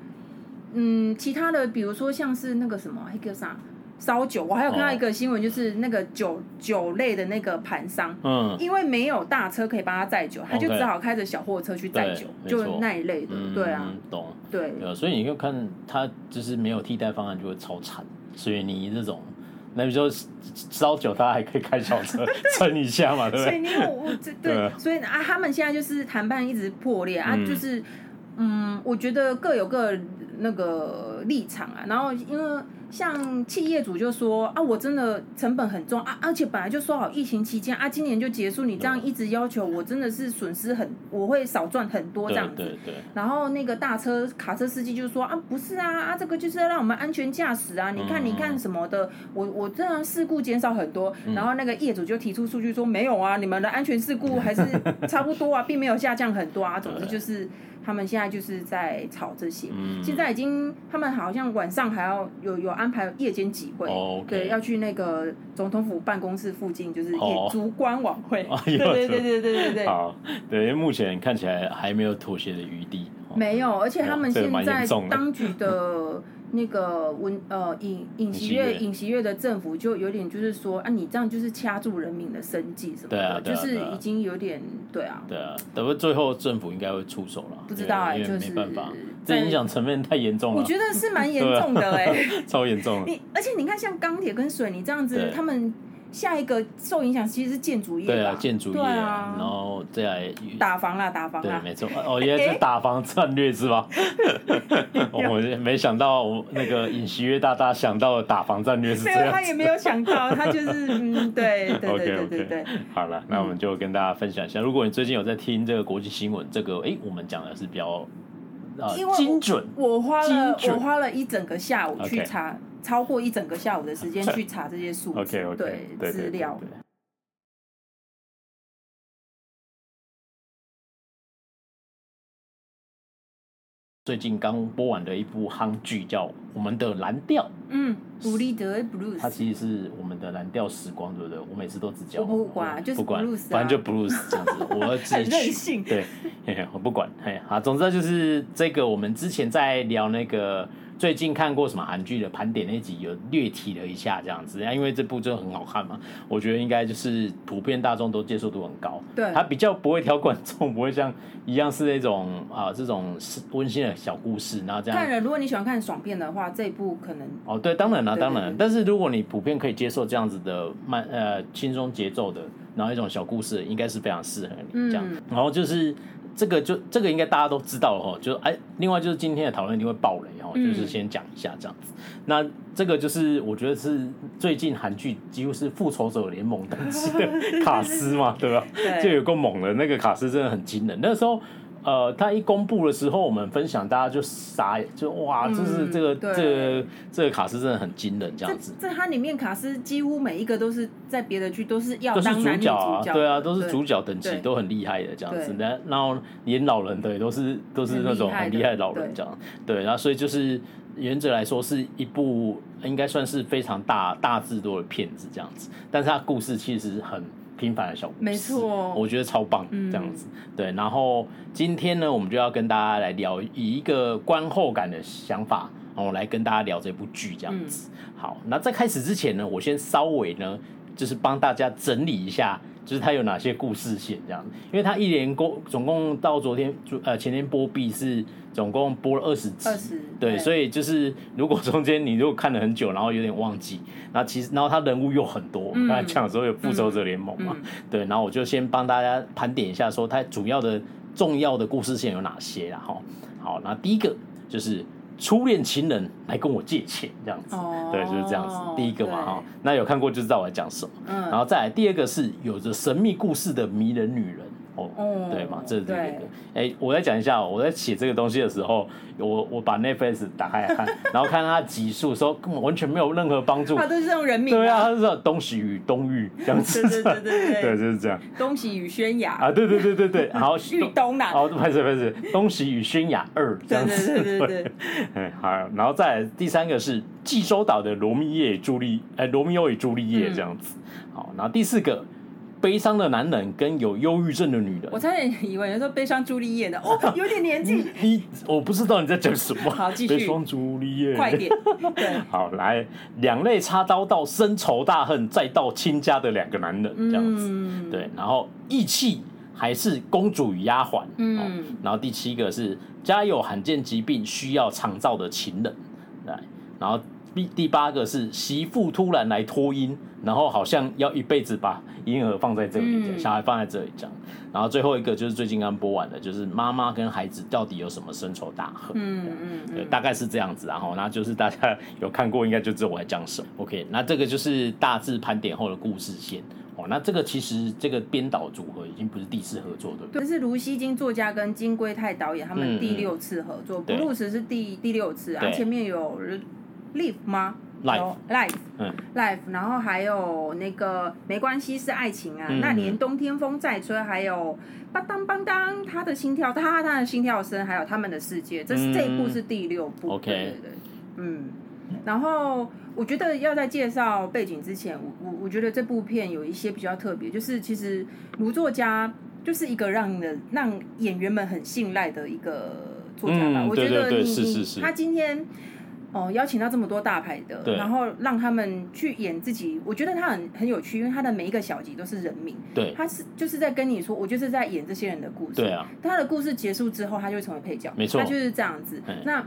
嗯其他的比如说像是那个什么一个啥烧酒，我还有看到
哦
一个新闻，就是那个酒酒类的那个盘商，
嗯，
因为没有大车可以帮他载酒，他就
OK
只好开着小货车去载
哦对
酒，
没
就
错
那一类的，对啊，
嗯，懂。
对。
对啊，所以你就看它就是没有替代方案，就会超惨。所以你这种，那你说烧酒，它还可以开小 车撑一下嘛，对不
所以
对？
你有我这
对
对
啊，
所以啊，他们现在就是谈判一直破裂啊，
嗯
就是嗯，我觉得各有各那个立场啊。然后因为像企业主就说啊，我真的成本很重啊，而且本来就说好疫情期间啊，今年就结束，你这样一直要求我，真的是损失很，我会少赚很多这样
对
子。
对对，
然后那个大车卡车司机就说啊，不是啊啊，这个就是要让我们安全驾驶啊，你看
嗯嗯
你看什么的，我我这样事故减少很多。然后那个业主就提出数据说没有啊，你们的安全事
嗯
故还是差不多啊，并没有下降很多啊。总之就是他们现在就是在吵这些。
嗯，
现在已经，他们好像晚上还要有有安排夜间集会
哦，OK
对，要去那个总统府办公室附近，就是
哦
野烛光晚会。
哦
对对
有
对对对对对。
好，对，因为目前看起来还没有妥协的余地。哦
没有，而且他们
哇这个
现
蛮
在
严重的
当局的那个文呃尹尹
尹
锡
锡
悦
悦
尹锡悦的政府就有点就是说啊，你这样就是掐住人民的生计什么
对啊
的，
对啊
就是
对啊
已经有点对啊，
对啊，等不最后政府应该会出手了，
不知道哎
因为因为
就是
没办法，这
在
影响层面太严重
我
了，
觉得是蛮严重的
啊
哎、
超严重了。
你而且你看像钢铁跟水泥这样子
对，
他们下一个受影响其实是建筑业吧，
对啊，建筑业
对
啊
啊，，
然后再来
打房啦打房
对，
啦，
没错，哦，原来是打防战略是 吧？我没想到，我那个尹锡悦大大想到的打防战略是这
没有
样
他也
子。
没有想到，他就是 嗯，对对
OK
对对
OK，
对对，
好了，那我们就跟大家分享一下。如果你最近有在听这个国际新闻，这个诶，我们讲的是比较呃
因为我
精准，
我花了
精准
我花了一整个下午
OK
去查超过一整个下午的时间去查这些数
OK
字
OK，对
对资料。
对对最近刚播完的一部夯剧叫《我们的蓝调》，
嗯，古力德
它
blues，
其实是我们的蓝调时光，对不对？我每次都只讲
我不管就是
不管
blues 啊，
反正就 blues 这样 子，我自己
很任
去
性
对，嘿嘿我不管。嘿，好，总之就是这个，我们之前在聊那个最近看过什么韩剧的盘点那集，有略提了一下这样子。啊因为这部真的很好看嘛，我觉得应该就是普遍大众都接受度很高。
对
它比较不会挑观众，不会像一样是那种啊、这种是温馨的小故事，然后这样
看了，如果你喜欢看爽片的话，这一部可能
哦，对，当然啦，
对
当
对
然。
对
但是如果你普遍可以接受这样子的慢呃轻松节奏的，然后一种小故事，应该是非常适合你这样。
嗯
然后就是这个就这个应该大家都知道了哈，就哎，另外就是今天的讨论一定会爆雷哦，
嗯
就是先讲一下这样子。那这个就是我觉得是最近韩剧几乎是复仇者联 盟等级的卡斯嘛，对吧？
对
就有够猛了，那个卡斯真的很惊人。那时候呃，它一公布的时候，我们分享，大家就傻眼，就哇，这是
嗯
这个、
对
这个呃这个卡斯真的很惊人，这
这
样子。
这它里面卡斯几乎每一个都是在别的剧都是要
都是
当
主
男女
角啊，
主角，
对啊，都是主
角，
角等级
对
都很厉害的这样子
对，
然然后连老人的也都是都是
很
那
厉
种
害
很
的
厉害的老人
对
这样，对，然后所以就是原则来说是一部应该算是非常大大制作的片子这样子，但是它故事其实很平凡的小故事，
没错
我觉得超棒
嗯
这样子，对，然后今天呢，我们就要跟大家来聊以一个观后感的想法。哦，来跟大家聊这部剧这样
嗯
子。好，那在开始之前呢，我先稍微呢，就是帮大家整理一下，就是它有哪些故事线这样。因为它一连共总共到昨天昨呃前天播毕是总共播了二十集，
20
对，
对
所以就是如果中间你如果看了很久，然后有点忘记，然后其实然后它人物又很多，我们刚才讲的时候有复仇者联盟嘛，
嗯
对，然后我就先帮大家盘点一下，说它主要的重要的故事线有哪些啦，哈。好，那第一个就是初恋情人来跟我借钱这样子，
哦
对，就是这样子。第一个嘛，
对
哈，那有看过就知道我在讲什么。
嗯
然后再来第二个是有着神秘故事的迷人女人。哦，
哦
对嘛，这是第二个
对。
哎、我再讲一下哦，我在写这个东西的时候，我我把 Netflix 打开来看，然后看它集数，说根本完全没有任何帮助
它。都是这种人名，
对啊，，它是叫东西与东域这样子。
对对对对 对
对，就是这样。
东西与宣雅，
啊，对对对对对， 好，
玉东呐，
哦，不是不是，《东西与宣雅二》这
对
样
对
子。
对对对，
嗯，好，然后再来第三个是济州岛的罗密叶与朱丽，哎，罗密欧与朱丽
嗯
叶这样子。好，然后第四个，悲伤的男人跟有忧郁症的女人
我。差点以为你说悲伤朱丽叶呢，哦，有点年纪，
你我不知道你在讲什么。
好继续
悲伤朱丽叶。
快点，对，
好，来，两肋插刀到深仇大恨，再到亲家的两个男人这样子。
嗯，
对，然后义气还是公主与丫鬟。
嗯
哦然后第七个是家有罕见疾病需要长照的情人，来，然后第第八个是媳妇突然来脱婴，然后好像要一辈子把婴儿放在这里，
嗯
小孩放在这里这样。然后最后一个就是最近刚播完的，就是妈妈跟孩子到底有什么深仇大恨？
嗯嗯
对，呃大概是这样子，然后那就是大家有看过，应该就知道我在讲什么。OK，那这个就是大致盘点后的故事线。哦，那这个其实这个编导组合已经不是第一次合作，对不对？
对，这是卢西金作家跟金龟泰导演他
嗯
们第六次合作，
对
布鲁斯是第第六次啊，
对
前面有 Live 吗
Live
Live
嗯
Life，然后还有那个没关系是爱情啊，
嗯
那年冬天风再吹，还有吧当吧当，他的心跳，他他的心跳声，还有他们的世界，这是、
嗯
这一部是第六部
OK
对对对，嗯。然后我觉得要在介绍背景之前，我我我觉得这部片有一些比较特别，就是其实卢作家就是一个让人让演员们很信赖的一个作家吧。
嗯
我觉
对
得
对对
你
是
你
是是
他今天哦，邀请到这么多大牌的
对，
然后让他们去演自己，我觉得他很很有趣，因为他的每一个小集都是人名，
对，
他是就是在跟你说，我就是在演这些人的故事。
对啊，
他的故事结束之后，他就会成为配角，
没错哎
他就是这样子
嘿。
那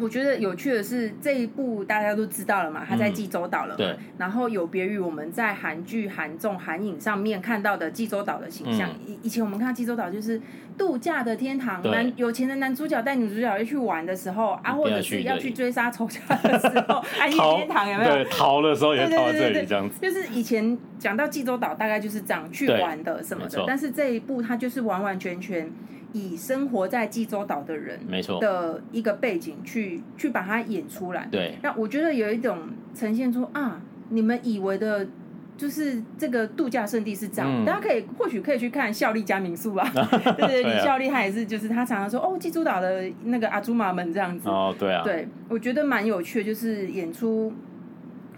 我觉得有趣的是这一部大家都知道了嘛，他在
嗯
济州岛了嘛，
对
然后有别于我们在韩剧、韩综、韩影上面看到的济州岛的形象
嗯。
以、以前我们看到济州岛就是度假的天堂，
对
男有钱的男主角带女主角去玩的时候啊，
不
或
要
者
去
是要
的
去追杀仇家的时 候，安逸天堂有没有？
对，逃的时候也
哦对
逃到
对
这
对
里
对
这样
对
子，，
就是以前讲到济州岛，大概就是这样去
对
玩的什么
没错
的，但是这一部它就是完完全全以生活在济州岛的人
没错，
的一个背景去去把它演出来。
对，
那我觉得有一种呈现出啊，你们以为的。就是这个度假胜地是这样，
嗯
大家可以或许可以去看孝利家民宿 吧。对对，
对啊
李孝利他也是，就是他常常说哦，济州岛的那个阿朱玛们这样子。
哦，对啊，
对，我觉得蛮有趣的，就是演出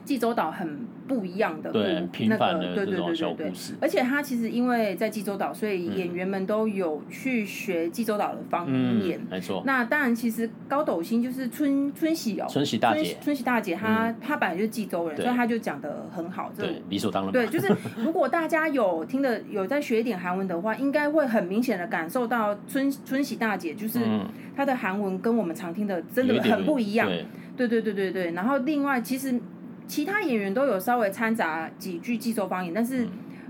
济州岛很不一样的故
对，平
嗯那
凡
个
的
对
这
对
种
对
小
对
故
对。
事，嗯
而且他其实因为在济州岛，所以演员们都有去学济州岛的方言。
嗯，没错，
那当然，其实高斗星就是春春喜哦，
春喜大姐嗯
春春喜大姐她、她本来就是济州人，
对
所以她就讲的很好。这
对，理所当然嘛，
对，就是如果大家有听的有在学一点韩文的话，应该会很明显的感受到春春喜大姐就是
嗯，
她的韩文跟我们常听的真
有
的
一点
很不一样。
对
对对对对对，然后另外其实其他演员都有稍微掺杂几句济州方言，但是
嗯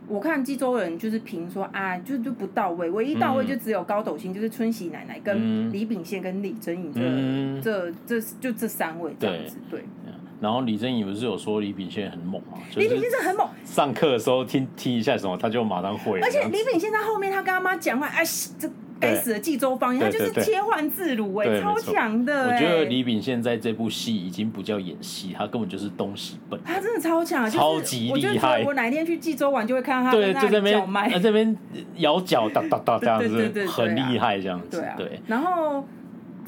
我看济州人就是评说啊，就就不到位，唯一到位
嗯
就只有高斗星，就是春喜奶奶
嗯
跟李秉宪跟李珍颖这、
嗯
这这就这三位这样子。对，
然后李正颖不是有说李炳宪很猛嘛，就
李秉
是
宪是很猛，
上课的时候听听一下什么，他就马上会了，
而且
这样
李秉宪在后面他跟他妈讲话，哎、这该死的济州方言，它
对
就是
对对
切换自如哎、
对没
超
错
强的
我
哎、
觉得李炳宪在这部戏已经不叫演戏，他根本就是东西笨。
他真的超强，啊就是
超级
我就
厉
觉得
害
我哪一天去济州玩，就会看到他
对，
在
就
那
这
里
边
叫卖
呃。这边摇脚哒哒哒这样
对对对对
子，
对
很
啊
厉害这样子
啊，，
对。
然后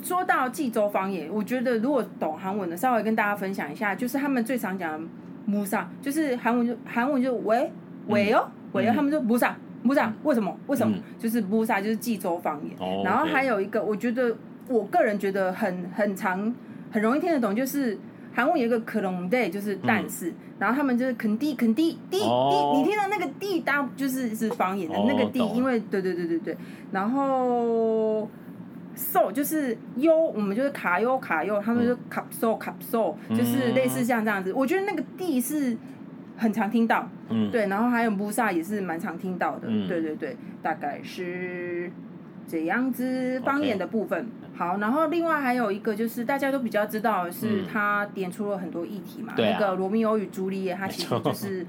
说到济州方言，我觉得如果懂韩文的，稍微跟大家分享一下，就是他们最常讲的 “musa”，就是韩文就韩文就喂喂哦喂哦，
嗯
他们就 “musa musa”，为什么为什么
嗯？
就是 “musa” 就是济州方言。
哦
然后
OK
还有一个，我觉得我个人觉得很很常很容易听得懂，就是。韩文有一个可隆 day，就是但是，然后他们就是肯地肯地地地，
嗯哦
你听到那个地当就是是方言的、
哦
那个地，
懂了
因为对对对对对，然后 so 就是优，我们就是卡优卡优，他
嗯
们就卡 so 卡 so，就是类似像这样子。我觉得那个 D 是很常听到，
嗯
对，然后还有 Musa 也是蛮常听到的，
嗯
对对对，大概是这样子方言
OK
的部分。好，然后另外还有一个就是大家都比较知道的是，
嗯
他点出了很多议题嘛，
对啊
那个罗密欧与朱丽叶，他其实
没错
就是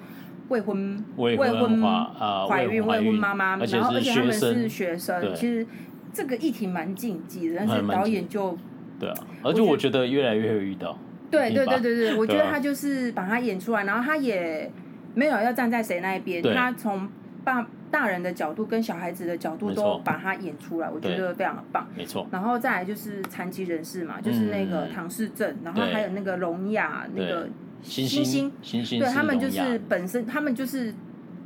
未婚
未
未婚
婚化啊，
怀
孕
孕、未婚妈妈，
而且
然后而
是
且他
学
们是
生，
学生，
对
其实这个议题蛮禁忌的，但
还
是
蛮
导演就
对啊，而且我觉得越来越会遇到，
对
一
对
定吧
对对对，我觉得
对啊
他就是把它演出来，然后他也没有要站在谁那一边，
对
他从爸大人的角度跟小孩子的角度
没
都
错
把它演出来，我觉
对
得非常的棒。
没错，
然后再来就是残疾人士嘛，就是那个
嗯
唐氏症，然后
对
还有那个聋哑那个
对星
星星
星星星
对他们就
聋哑
是本身他们就是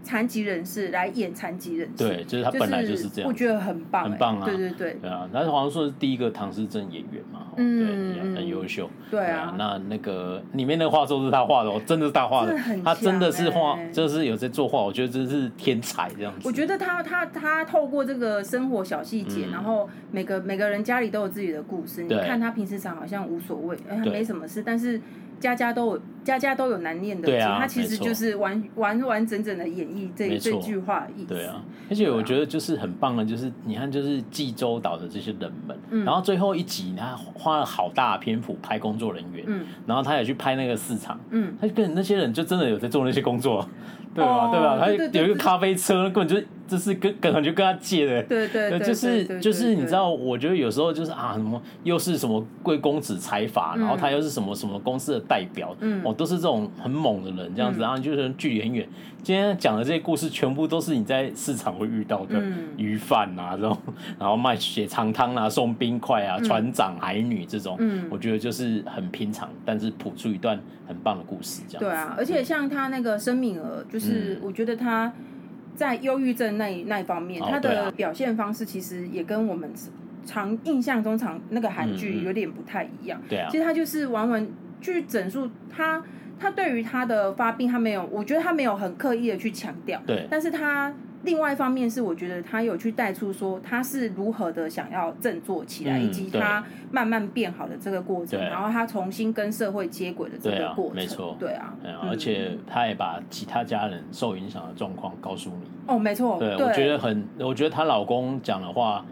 残疾人士来演残疾人士，
对，就是他
就
本来就是这样
我，觉得很棒、
很
欸
棒啊
对对对
对啊，但是黄硕是第一个唐诗正演员嘛，哦
嗯
对，也
嗯
很优秀，
对啊，
那那个里面那个画都是他画的哦，真的是他画
真
的
的很，
他真的是
强
画
欸，
就是有在作画，我觉得真是天才这样子，
我觉得他他他透过这个生活小细节，
嗯
然后每个每个人家里都有自己的故事。你
对
看他平时常好像无所谓，哎，他
对
没什么事，但是家家都有家家都有难念的经。
对啊
他其实
没错
就是完完完整整的演绎这
没
这
错
句话的意思。
对啊，而且我觉得就是很棒的，就是你看，就是济州岛的这些人们，
嗯
然后最后一集他花了好大的篇幅拍工作人员，
嗯
然后他也去拍那个市场，
嗯，
他就变成那些人就真的有在做那些工作，对吧？对吧？
哦对对
他
对
有一个
对
咖啡车，根本就是这是跟根本就跟他借的，
对对对，
就
对对
是就是
对
你知道，我觉得有时候就是啊，什么又是什么贵公子财阀，然后他又是什么什么公司的代表，
嗯
哦，都是这种很猛的人这样子，
嗯
然后你就是距离很远。今天讲的这些故事，全部都是你在市场会遇到的
嗯
鱼贩啊，这种，然后卖血肠汤啊、送冰块啊、船长、海女这种，
嗯
我觉得就是很平常，但是谱出一段很棒的故事，这样子。
对啊，而且像他那个申敏儿，就是
嗯
我觉得他在忧郁症那一那一方面，
哦
他
对
的
啊
表现方式其实也跟我们常印象中常那个韩剧
嗯嗯
有点不太一样。
对啊
其，实他就是完完去整述他，他对于他的发病，他没有，我觉得他没有很刻意的去强调，
对
但是他。另外一方面是，我觉得他有去带出说他是如何的想要振作起来，
嗯
以及他慢慢变好的这个过程，
对
然后他重新跟社会接轨的这
对
个
啊
过程，
没错
对啊，
对啊
嗯
而且他也把其他家人受影响的状况告诉你。
哦，没错，
对，我觉得很，我觉得她老公讲的话，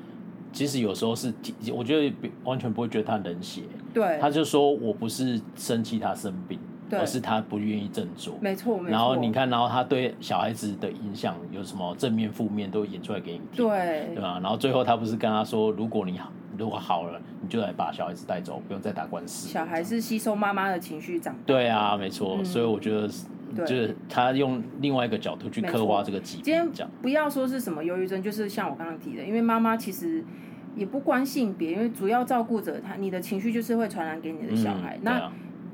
其实有时候是挺，我觉得比完全不会觉得他冷血，
对，
他就说我不是生气他生病，
对
而是他不愿意振作。
没错，没错。
然后你，看，然后他对小孩子的影响有什么正面、负面都演出来给你听，
对
对，吧？然后最后他不是跟他说，如果你好，如果好了，你就来把小孩子带走，不用再打官司。
小孩是吸收妈妈的情绪长大。
对啊，没错，
嗯
所以我觉得是
对
就是他用另外一个角度去
没
刻
错
画这个疾
今
病，这
天
样
不要说是什么忧郁症，就是像我刚刚提的，因为妈妈其实也不关性别，因为主要照顾者他，你的情绪就是会传染给你的小孩。
嗯、对
那
啊、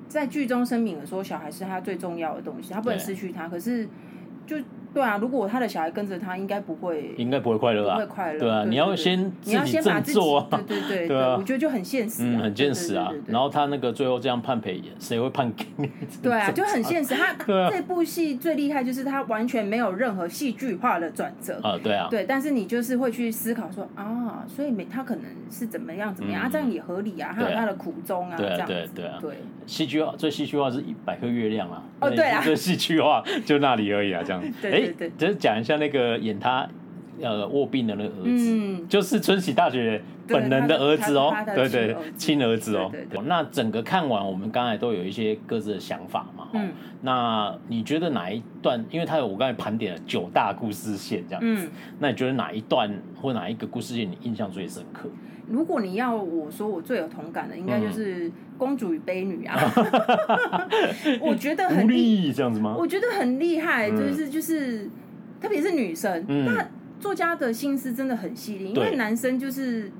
在剧中声明了说，小孩是他最重要的东西，他不能
对
失去他。可是就对啊，如果他的小孩跟着他，应该不会。
应该不会快乐
不
啊，
会快乐，
对啊你要先
你要
自己
先把
振
自己，
作啊
对对 对
对啊
我觉得就很现实啊，
嗯，很现实啊
对对对对。对
然后他那个最后这样判赔，谁会判给你？
对啊，就很现实。他
对啊
这部戏最厉害就是他完全没有任何戏剧化的转折。
啊，对啊，
对，但是你就是会去思考说啊，所以每他可能是怎么样怎么样、
嗯
啊，这样也合理啊，他有
对啊
他的苦衷啊，
对
这
啊
样子
对啊对啊
对
戏剧化最戏剧化是《百合月亮》啊。
哦对啊
最戏剧化就那里而已啊，这样
。对对
诶
对
就是讲一下那个演他呃卧病的那个儿子，
嗯，
就是春喜大学
对
本人的儿子哦
他是他，
对
是他的
对，亲
亲
儿子哦
对对。
那整个看完，我们刚才都有一些各自的想法嘛。哦
嗯
那你觉得哪一段？因为他有我刚才盘点了九大故事线这样子
嗯，
那你觉得哪一段或哪一个故事线你印象最深刻？
如果你要我说我最有同感的，应该
嗯
就是《公主与悲女》 啊，我觉得
无
很厉，
力这样子吗？
我觉得很厉害，
嗯
就是就是，特别是女生，
嗯
那作家的心思真的很细腻，因
对
为男生就是。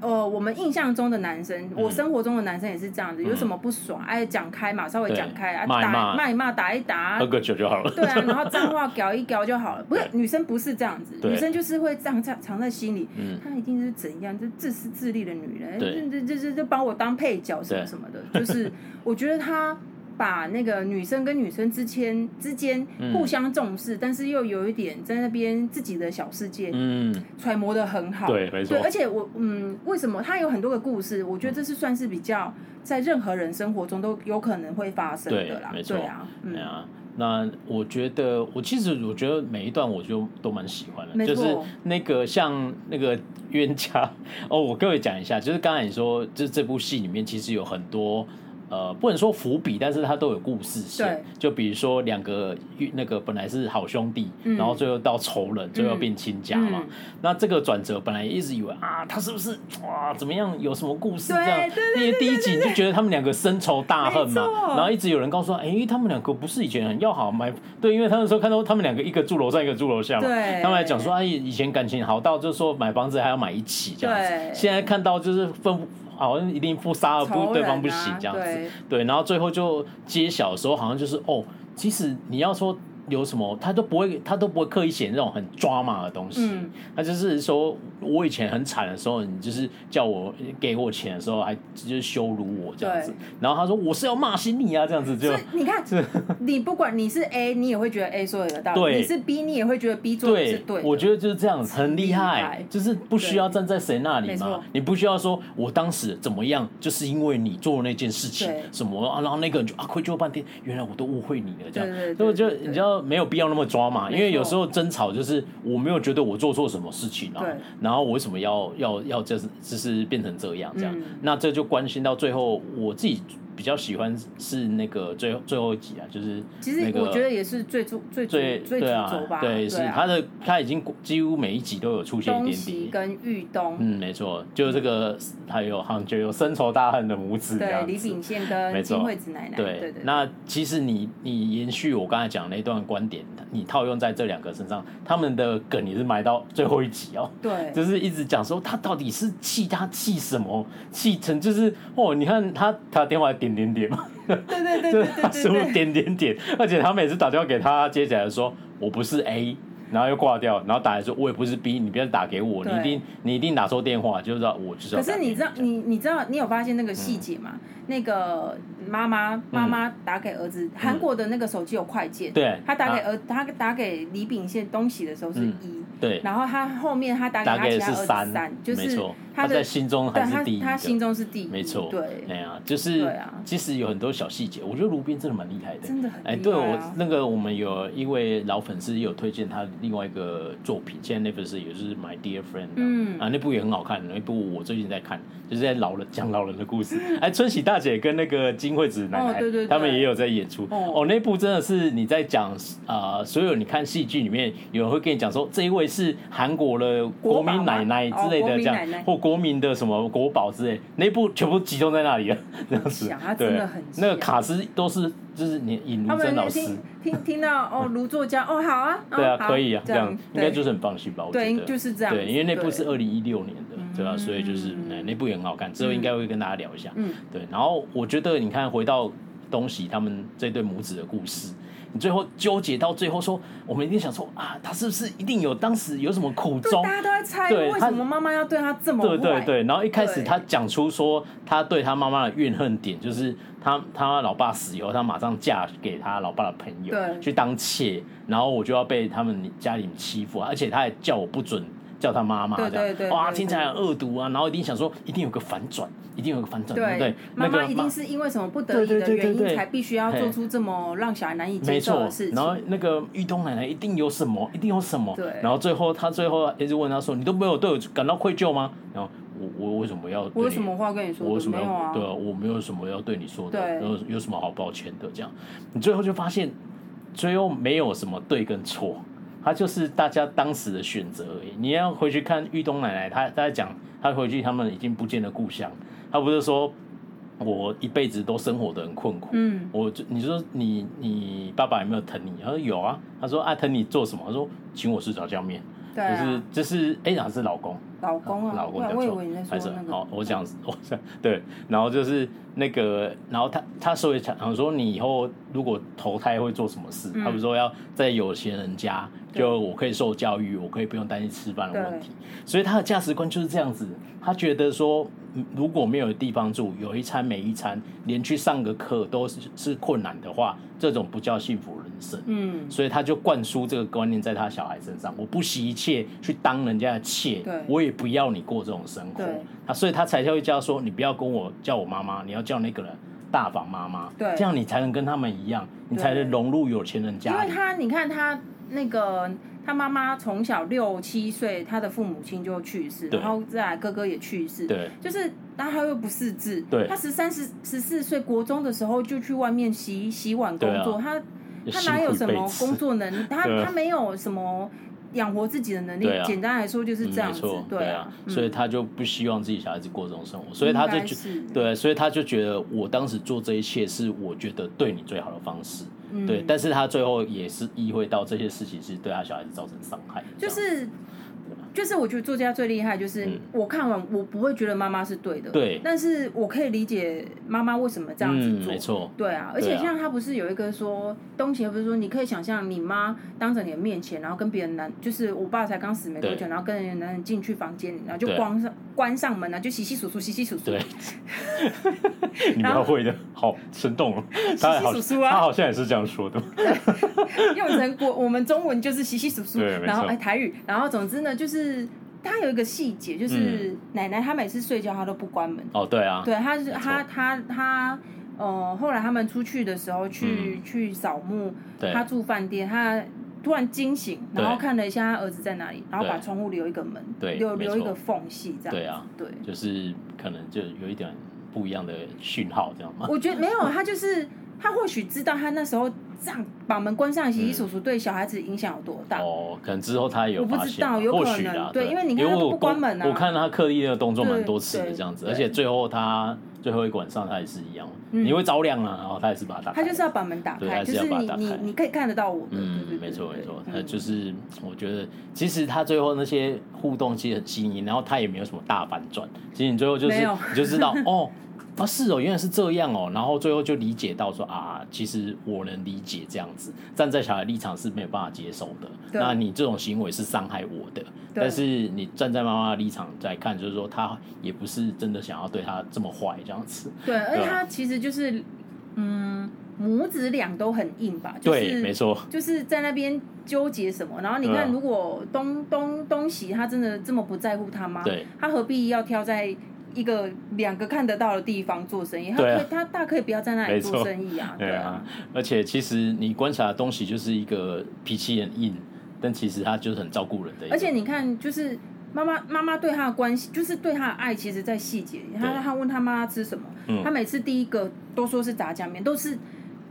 呃，我们印象中的男生，
嗯
我生活中的男生也是这样子，有什么不爽，哎，讲开嘛，稍微
对
讲开啊，
骂一
打
骂
一骂，打一打
喝，个酒就好了。
对啊，然后脏话搞一搞就好了。不是
对
女生不是这样子，
对
女生就是会这样藏藏在心里。
嗯
她一定是怎样，就自私自利的女人，
对
这这这这就把我当配角什么
对
什么的。就是我觉得她把那个女生跟女生之间之间
嗯
互相重视，但是又有一点在那边自己的小世界
嗯，
揣摩的很好。
对，没错
对，。而且我嗯，为什么他有很多个故事？我觉得这是算是比较在任何人生活中都有可能会发生的啦。
对没错
对啊，
对
嗯，
啊，那我觉得，我其实我觉得每一段我就都蛮喜欢的，
没
就
错
是那个像那个冤家哦，我各位讲一下，就是刚才你说，就是这部戏里面其实有很多。呃，不能说伏笔，但是它都有故事线
对。
就比如说两个那个本来是好兄弟，
嗯
然后最后到仇人，最后变亲家嘛。
嗯
那这个转折本来一直以为啊，他是不是哇怎么样，有什么故事这
对
样？
对
因为第一集你就觉得他们两个深仇大恨嘛
没，错
然后一直有人告诉他，哎、他们两个不是以前很要好吗？对，因为他那时候看到他们两个一个住楼上，一个住楼下嘛，
对
他们还讲说，哎、以前感情好到就是说买房子还要买一起这样子，
对
现在看到就是分好像一定不杀而不
仇
对
人
方不
啊
行这样子，
对
对，然后最后就揭晓的时候，好像就是哦，其实你要说有什么，他都不会，他都不会刻意写那种很抓马的东西，
嗯
他就是说我以前很惨的时候，你就是叫我给我钱的时候，还就是羞辱我这样子
对，
然后他说我是要骂醒你啊，这样子就
所以你看， 你不管你是 A，你也会觉得 A 说的有道
对
理；你是 B，你也会觉得 B 做的是对的。
我觉得就是这样子，很厉害，
厉害
就是不需要站在谁那里
没
嘛
错，
你不需要说我当时怎么样，就是因为你做了那件事情
对
什么啊，然后那个人就啊愧疚半天，原来我都误会你了这样，
对对对
所以我觉得
对对
你知道没有必要那么抓嘛，
没
因
错
为有时候争吵就是我没有觉得我做错什么事情啊
对，
然后我为什么要要要就是就是变成这样这样
嗯，
那这就关心到最后我自己。比较喜欢是那个最后最后一集啊，就是
其实
那个
我觉得也是最主最主
最
最主
对啊
轴吧，，
对，是他
啊。
的他已经几乎每一集都有出现一
东西
点点。
跟玉东，
嗯，没错，就是这个，还有好像就有深仇大恨的母子这
对
样
李
子。
秉宪
没
跟
错
金惠子奶奶，对对
对，，那其实你你延续我刚才讲的那段观点，你套用在这两个身上，他们的梗也是埋到最后一集哦。
对
就是一直讲说他到底是气他气什么，气成就是哦，你看他他电话点点点嘛，
对对对
就是
对
他
对
输
对
入
对，
点点点，而且他每次打电话给他接起来说我不是 A，然后又挂掉，然后打来说我也不是 B，你不要打给我，你
对
一定你一定打错电话，就是说我就是要
可
打
是
给
你知道，你你知道，你有发现那
嗯
个细节吗？那个妈妈妈妈打给儿子，韩国的那个手机有快
嗯
键，
对啊
他打给儿，他打给李秉宪东西的时候是
嗯
一，
对
然后他后面他打给
打
他
给
其
的是
他儿子
三，
就
没
是
错，
他
在
的
心 中还
对
是
他
第一
他心
个。
中是第一，
没错，
对，
哎呀，就是
对啊
其实有很多小细节，我觉得卢斌真的蛮厉害的，
真的很
哎，
厉
对
害
我
啊
那个我们有一位老粉丝有推荐他另外一个作品，现在那本是也就是《My Dear Friend》啊，
嗯
啊，那部也很好看，那部我最近在看，就是在老人讲老人的故 事，哎，春喜大姐跟那个金惠子奶奶，
哦对对对
他们也有在演出，
哦
哦，那部真的是你在讲啊，呃所有你看戏剧里面有人会跟你讲说这一位是韩国的国
国宝
民
吗
奶奶之类
哦
的
国
这
民
样
奶奶，
或国民的什么国宝之类，那部全部集中在那里了，这样子
像它，真
对
的很，
那个
像
卡斯都是就是你尹
他
如珍老
们
师，
听听听到 哦，卢作家哦，好啊，哦
对啊，
好
可以啊，这
这
样应该就是是很放心吧，我
对
觉得
就是这样子
对，因为那部
对
是二零一六年的，对吧？
嗯
所以就是哎那部也很好看，之后应该会跟大家聊一下。
嗯，
对，然后我觉得你看回到东西他们这对母子的故事。你最后纠结到最后说，我们一定想说啊，他是不是一定有当时有什么苦
对，
衷？
大家都在猜
对
为
他
什么妈妈要对他这么
对对
坏，
对，然后一开始
对
他讲出说他对他妈妈的怨恨点，就是他他老爸死以后，他马上嫁给他老爸的朋友
对
去当妾，然后我就要被他们家里欺负啊，而且他还叫我不准。叫她妈妈，
对
这样
对对
哇，
对
听起来很恶毒啊，然后一定想说一定有个反转，一定有个反转，对不对
对？，妈
那
妈
个
一定是因为什么不得
对
已
对
的
对对
原
对
因，才必须要
嘿
做出这么让小孩难以接
没
受
错
的事，情。
然后那个玉东奶奶一定有什么，一定有什么。
对
然后最后他最后一直问他说：“你都没有对我感到愧疚吗？”然后我我为什么要对你？
我有什么话跟你说
我有
的？
什么
没
要
有啊
对，啊，我没有什么要对你说的，
对
有有什么好抱歉的？这样，你最后就发现，最后没有什么对跟错，它就是大家当时的选择而已。你要回去看玉东奶奶，她她在讲，她回去他们已经不见了故乡，她不是说我一辈子都生活的很困苦，
嗯，
我就你说你你爸爸有没有疼你？他说有啊，他说啊疼你做什么？他说请我吃炸酱面，
对
就
啊
是，就是哎，哪、是老公？
老公啊，
老公
我
讲
我以
错
为你
还
在
是
说那个，嗯
好，我讲 我讲对，然后就是那个，然后他他所以想说你以后如果投胎会做什么事，
嗯
他们说要在有钱人家，
对
就我可以受教育，我可以不用担心吃饭的问
对
题，所以他的价值观就是这样子，他觉得说嗯如果没有地方住，有一餐没一餐，连去上个课都是是困难的话，这种不叫幸福人生。
嗯，
所以他就灌输这个观念在他小孩身上，我不惜一切去当人家的妾
对，
我也不要你过这种生活
对。
他所以他才会叫说，你不要跟我叫我妈妈，你要叫那个人大房妈妈，
对
这样你才能跟他们一样，你
对
才能融入有钱人
因
家
为
里。
他你看他那个他妈妈从小六七岁，他的父母亲就去世，
对
然后再来哥哥也去世，
对
就是，然后他又不识字，
对
他十三十十四岁国中的时候就去外面洗洗碗工
啊
作，他他哪有什么工作能 力？他
对啊
他没有什么养活自己的能力
对啊。
简单来说就是这样子
嗯没错，，
对
啊
啊，，
所以
嗯
他就不希望自己小孩子过这种生活，所以他就
应该
觉
是
对，所以他就觉得我当时做这一切是我觉得对你最好的方式，
嗯
对，但是他最后也是意会到这些事情是对他小孩子造成伤害，这
就
样
是。就是我觉得作家最厉害，就是
嗯
我看完我不会觉得妈妈是对的，
对
但是我可以理解妈妈为什么这样子
嗯，
做，
没错，
对啊，而
对
且
啊
像他不是有一个说，东邪不是说你可以想象你妈当着你的面前，然后跟别人男，就是我爸才刚死没多久，
对
然后跟人男人进去房间里，然后就
对
关上关上门，然后啊就洗洗簌簌洗洗簌簌
对，你描绘的好生动哦， 他好
稀疏疏啊
他好像也是这样说的，
用成国我们中文就是洗洗簌簌
对没，错
然后哎台语，然后总之呢就是他有一个细节，
嗯
就是奶奶她每次睡觉她都不关门，
哦，对啊，
对，他是
错
他他他，呃，后来他们出去的时候去、去扫墓，
嗯对
他住饭店，他突然惊醒，然后
对
看了一下他儿子在哪里，然后
对
把窗户留一个门，
对
留
没
留一
错
个缝隙这样。
对啊，
对，
就是可能就有一点不一样的讯号，这样嘛，
我觉得没有，啊他就是他或许知道他那时候这样把门关上，洗洗手手对小孩子影响有多大。
嗯哦，可能之后他有
我不
发
知
现吧，
道有
或
可
许
能
啦，
对因为你
因
看
为
他都
我
不关门啊
我看他刻意的动作蛮
对
多次的
对
这样子，
对
而且最后他最后一个晚上他也是一样，
嗯
你会着凉了，然后他也是把它打开，
他就是要把门打
对
开，
他是
就
要
是
把它
你
打
你
开
你可以看得到我的，对对
嗯，
对
没错
对
没错，
嗯
他就是我觉得，其实他最后那些互动其实很细腻，然后他也没有什么大反转，其实你最后就是
没有
你就知 道哦。啊，是哦，原来是这样哦，然后最后就理解到说啊，其实我能理解这样子，站在小孩立场是没有办法接受的。
对
那你这种行为是伤害我的，但是你站在妈妈的立场在看，就是说他也不是真的想要对他这么坏这样子。
对，而
对啊
且他其实就是嗯母子俩都很硬吧，就是、
对，没错，
就是在那边纠结什么。然后你
对啊
看，如果东东东喜他真的这么不在乎他妈，
对
他何必要挑在一个两个看得到的地方做生意？他可
对啊
以、他大可以不要在那
没
里
错
做生意啊，
对啊
啊，，
而且其实你观察的东西就是一个脾气很硬，但其实他就是很照顾人的一个。
而且你看，就是。妈妈妈妈对他的关系，就是对他的爱，其实在细节里。他
对
他问他妈吃什么，
嗯
他每次第一个都说是炸酱面，都是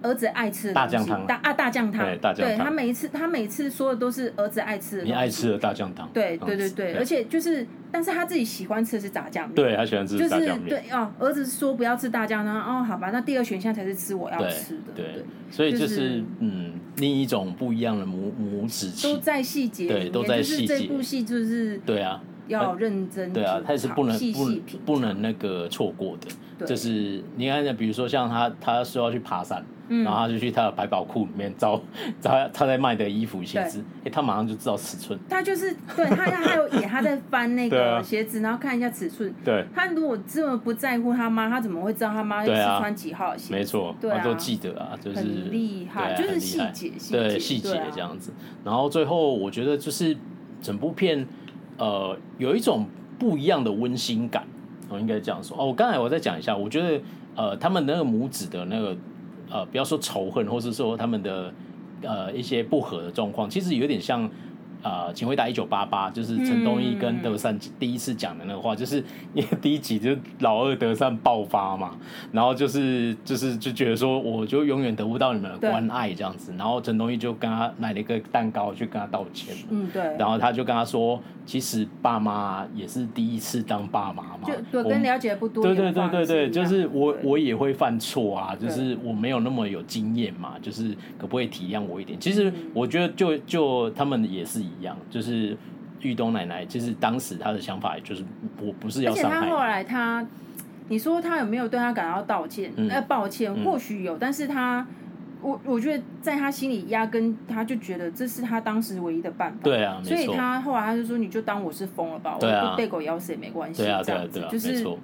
儿子爱吃的
大
东西
酱汤
大啊大酱汤，
对大酱汤
他每一次他每一次说的都是儿子爱吃的，
你爱，吃的大酱汤，
对
这
对
样
对
子
对，而且就是，但是他自己喜欢吃的是炸酱面，
对他喜欢吃
就是
大酱面，
对哦，儿子说不要吃大酱汤，哦好吧，那第二选项才是吃我要吃的，
对
对，，
所以就
就是是
嗯，另一种不一样的母母子
都
情，
在细节里
对
面，
都在细
就是
节
这部戏就是
对啊，
要认真
对啊
品，尝
他也是不能
细
不
细
能
品
不能那个错过的。
对
就是你看，比如说像他，他说要去爬山，
嗯
然后他就去他的百宝库里面找找他他在卖的衣服、鞋子，哎，他马上就知道尺寸，
他就是对他他有演他在翻那
对啊
个鞋子，然后看一下尺寸，
对，
他如果这么不在乎他妈，他怎么会知道他妈是
对啊
穿几号的鞋？
没错，
对啊
他都记得啊，就是
很厉
对
害
啊
就是
很厉害
细节细节
对细节
对啊
这样子。然后最后我觉得就是整部片，呃有一种不一样的温馨感，我应该这样说。哦，我刚才我再讲一下，我觉得呃他们那个母子的那个呃不要说仇恨，或是说他们的呃一些不和的状况，其实有点像。呃，请回答一九八八，就是陈
嗯
东义跟德善第一次讲的那个话，就是 因为第一集就是老二德善爆发嘛，然后就是就是就觉得说，我就永远得不到你们的关爱这样子，然后陈东义就跟他买了一个蛋糕去跟他道歉，
嗯，对。
然后他就跟他说，其实爸妈也是第一次当爸妈嘛，
就我
我
跟了解不多
对
的
对
方
对
式一样，
对对，就是我
对
我也会犯错啊，就
对
是我没有那么有经验嘛，就是可不可以体谅我一点？其实
嗯
我觉得就就他们也是一样，就是玉东奶奶，其实当时她的想法就是我不是
而
要
且
伤
他
害
后
你，
来他，你说他有没有对他感到道歉？
嗯
呃，抱歉，
嗯
或许有，但是他，我我觉得在他心里压根，他就觉得这是他当时唯一的办法。
对啊，
所
没
以
错，
他后来他就说：“你就当我是疯了吧，
对啊
我不被狗咬死也没关系。”
对啊
这
对啊
样子
对啊，
就
没
是
错，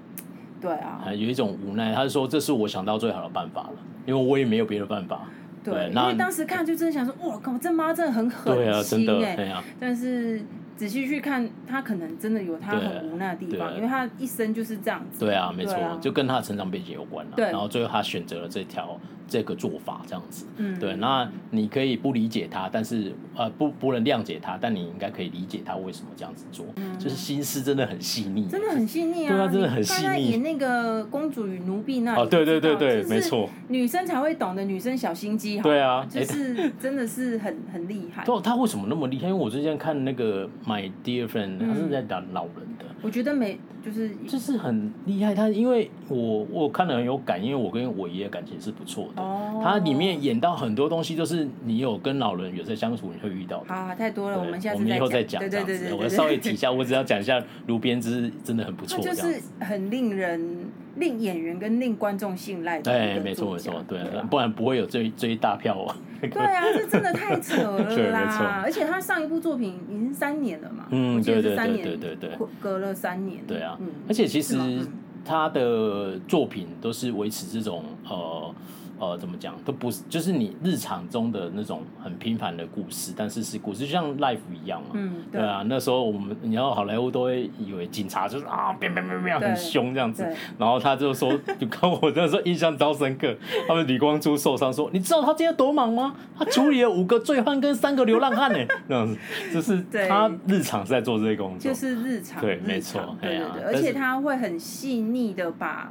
对啊
啊，有一种无奈，他就说这是我想到最好的办法了，因为我也没有别的办法，对
对，啊因
那
为当时看就真的想说：“哇靠，这妈真的很狠
对啊，真
心
的，
哎、
对啊，
但是仔细去看，他可能真的有他
对啊
很无奈的地
对
方，因为他一生就是这样子。
对啊，没错
对啊，
就跟他的成长背景有关了。啊
对
然后最后他选择了这条这个做法，这样子。
嗯
对，啊那你可以不理解他，但是呃不不能谅解他，但你应该可以理解他为什么这样子做。就是心思真的很细腻，
嗯真的很细腻啊！
对啊真的很细腻
你看他演那个《公主与奴婢》那里
哦，对对对
就
对，
知道
没，错，
就是女生才会懂的女生小心机哈。
对啊，
就
诶
是真的是很很厉害。
他他为什么那么厉害？因为我最近看那个《My Dear Friend》，他
嗯
是在讲老人的。
我觉得每就是
就是很厉害，他因为我我看了很有感，因为我跟我爷爷感情是不错的。
哦
他里面演到很多东西，就是你有跟老人有在相处，你会遇到的。
好好太多了，我
对
们下
我
次
们以后再
讲。
讲
对
这样
对对
子
对，，对
我稍微 提一。
对
下，我只要讲一下炉边之真的很不
他
错，这
就
样
是
子。
很令人令演员跟令观众信赖的一
对，哎
个
没错
作
没错，
家
对
啊，
不然不会有最最大票哦。
对啊，这真的太扯
对
了
没错
啦！而且他上一部作品已经三年了嘛，
嗯
我记得
对对
是三
对
年，
对对对
隔，隔了三年，
对啊
嗯，
而且其实
是吗嗯
他的作品都是维持这种呃呃怎么讲，都不是就是你日常中的那种很平凡的故事，但是是故事，就像 life 一样嘛。
嗯，
对啊，那时候我们你要好莱坞都会以为警察就是啊，变变变变
对
很凶这样子
对，
然后他就说，就跟我那时候印象超深刻， 他们李光洙受伤说，你知道他今天多忙吗？他处理了五个罪犯跟三个流浪汉呢，这样子，就是
对
他日常是在做这些工作，
就是日常，
对
日
没错
常
哎
对
呀
对对，
但
而
是
且他会很细腻的把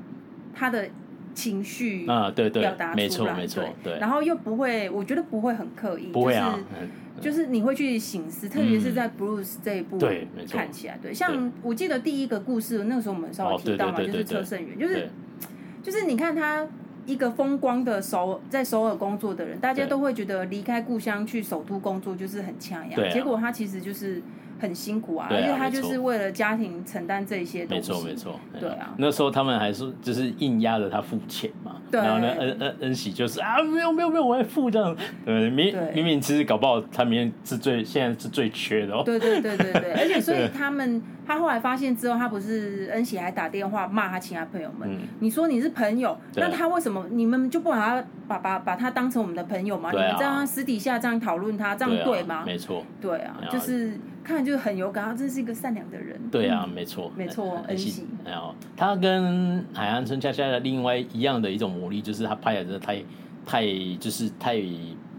他的情绪
啊，对对
表达，
没
出
错
来，
没错，对，
然后又不会，我觉得不会很刻意，
不会啊，
就是
嗯
就是你会去醒思，特别是在 Bruce 这一部
对没错
看起来，对，像我记得第一个故事，那个时候我们稍
哦
微提到嘛，
对
就
对对
是
对
车胜元，就是
对
就是你看他一个风光的首在首尔工作的人，大家
对
都会觉得离开故乡去首都工作就是很强呀、
对啊
结果他其实就是很辛苦啊，
对啊
而且他就
没
是
错
为了家庭承担这些东
没
西。
错没错，哎
对啊
那时候他们还是就是硬压着他付钱嘛，
对
然后呢，恩恩恩喜就是啊，没有没有没有，我会付这样，对，明
对
明明其实搞不好他明天是最现在是最缺的哦，
对对对对 对，而且所以他们，他后来发现之后，他不是恩喜还打电话骂他其他朋友们，
嗯
你说你是朋友，
对
那他为什么你们就不把他把把把他当成我们的朋友吗？
对啊
你们这样私底下这样讨论他，这样
对啊
吗？
没错，
对啊
哎，呀
就是看就是很有感，他真是一个善良的人。
对啊，没错，
嗯没错
哎
恩
喜
喜
哎呦，他跟海岸村恰恰的另外一样的一种魔力，就是他拍的真的太太就是太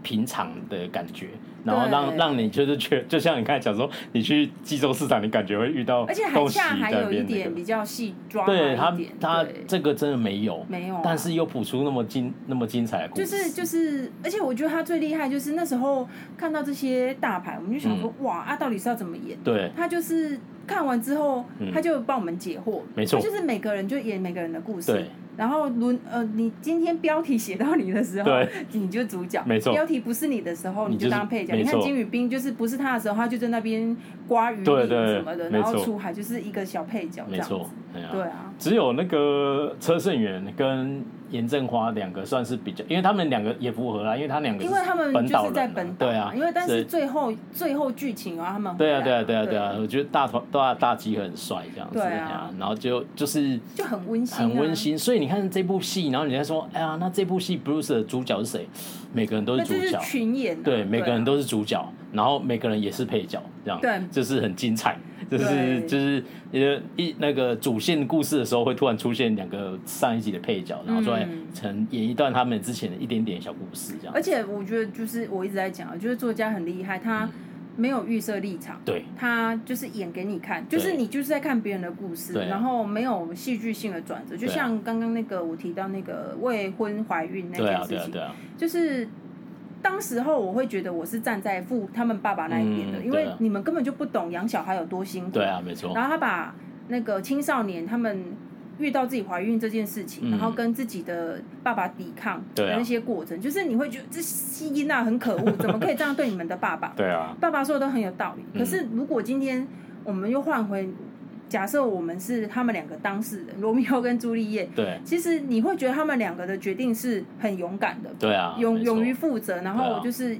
平常的感觉，然后让
对
让你就是觉， 就像你刚才讲说，你去济州市场，你感觉会遇到
而且
恭
海
喜
夏还
在那
有一
边那
点
个
比，较戏抓
对
马
他
一点，
他
对
这个真的没有，
没有啊
但是又谱出那么精那么精彩的故
就
事，
是就是，而且我觉得他最厉害就是那时候看到这些大牌，我们就想说、
嗯
哇啊，到底是要怎么演？
对
他就是看完之后，
嗯
他就帮我们解惑，
没错
他就是每个人就演每个人的故事
对。
然后轮呃，你今天标题写到你的时候
对，
你就主角；
没错
标题不是你的时候，
你
你
就是
就当配角。
没
你看
错
金宇彬就是不是他的时候，他就在那边刮鱼
对
鳞
对
什么的，
没
然后
错
出海就是一个小配角这
没
样子。
错，哎呀
对啊，
只有那个车胜元跟严正华两个算是比较，因为他们两个也符合啦，因为他两个
因为他们
本
就
岛人
是在
啊
本岛
对
嘛，
啊，
因为但
所
是
以
最后最后剧情啊，他们
对啊
回
对啊
来
对啊对啊，我觉得大团大大吉很帅这样子，
对啊
哎呀然后就就是
就很温馨、啊，
很温。馨，所以你看这部戏，然后你在说，哎呀，那这部戏 Bruce 的主角是谁？每个人都
那
是
就
主
是
角，
群演、啊，
对，每个人
啊
都是主角，然后每个人也是配角，这这样，
对
这是很精彩，这是
对
就是呃一那个主线故事的时候会突然出现两个上一集的配角，然后出来
嗯
成演一段他们之前的一点点小故事这样
而，且我觉得就是我一直在讲，啊就是作家很厉害，他
嗯
没有预设立场。
对
他就是演给你看，
对
就是你就是在看别人的故事，
对啊
然后没有戏剧性的转折，就
对啊
像刚刚那个我提到那个未婚怀孕那
对
件
啊
事
对啊
情，
对啊，
就是当时候我会觉得我是站在父他们爸爸那一边的，
嗯
因
对
为
啊
你们根本就不懂养小孩有多辛苦。
对啊没错，
然后他把那个青少年他们遇到自己怀孕这件事情，
嗯
然后跟自己的爸爸抵抗
对啊
的那些过程，就是你会觉得这西音啊娜很可恶， 怎么可以这样对你们的爸爸？
对啊，
爸爸说的都很有道理。
嗯
可是如果今天我们又换回，假设我们是他们两个当事人，罗密欧跟朱丽叶，
对
其实你会觉得他们两个的决定是很勇敢的，
对啊，
勇
没错
勇于负责，然
对
后
啊
就是、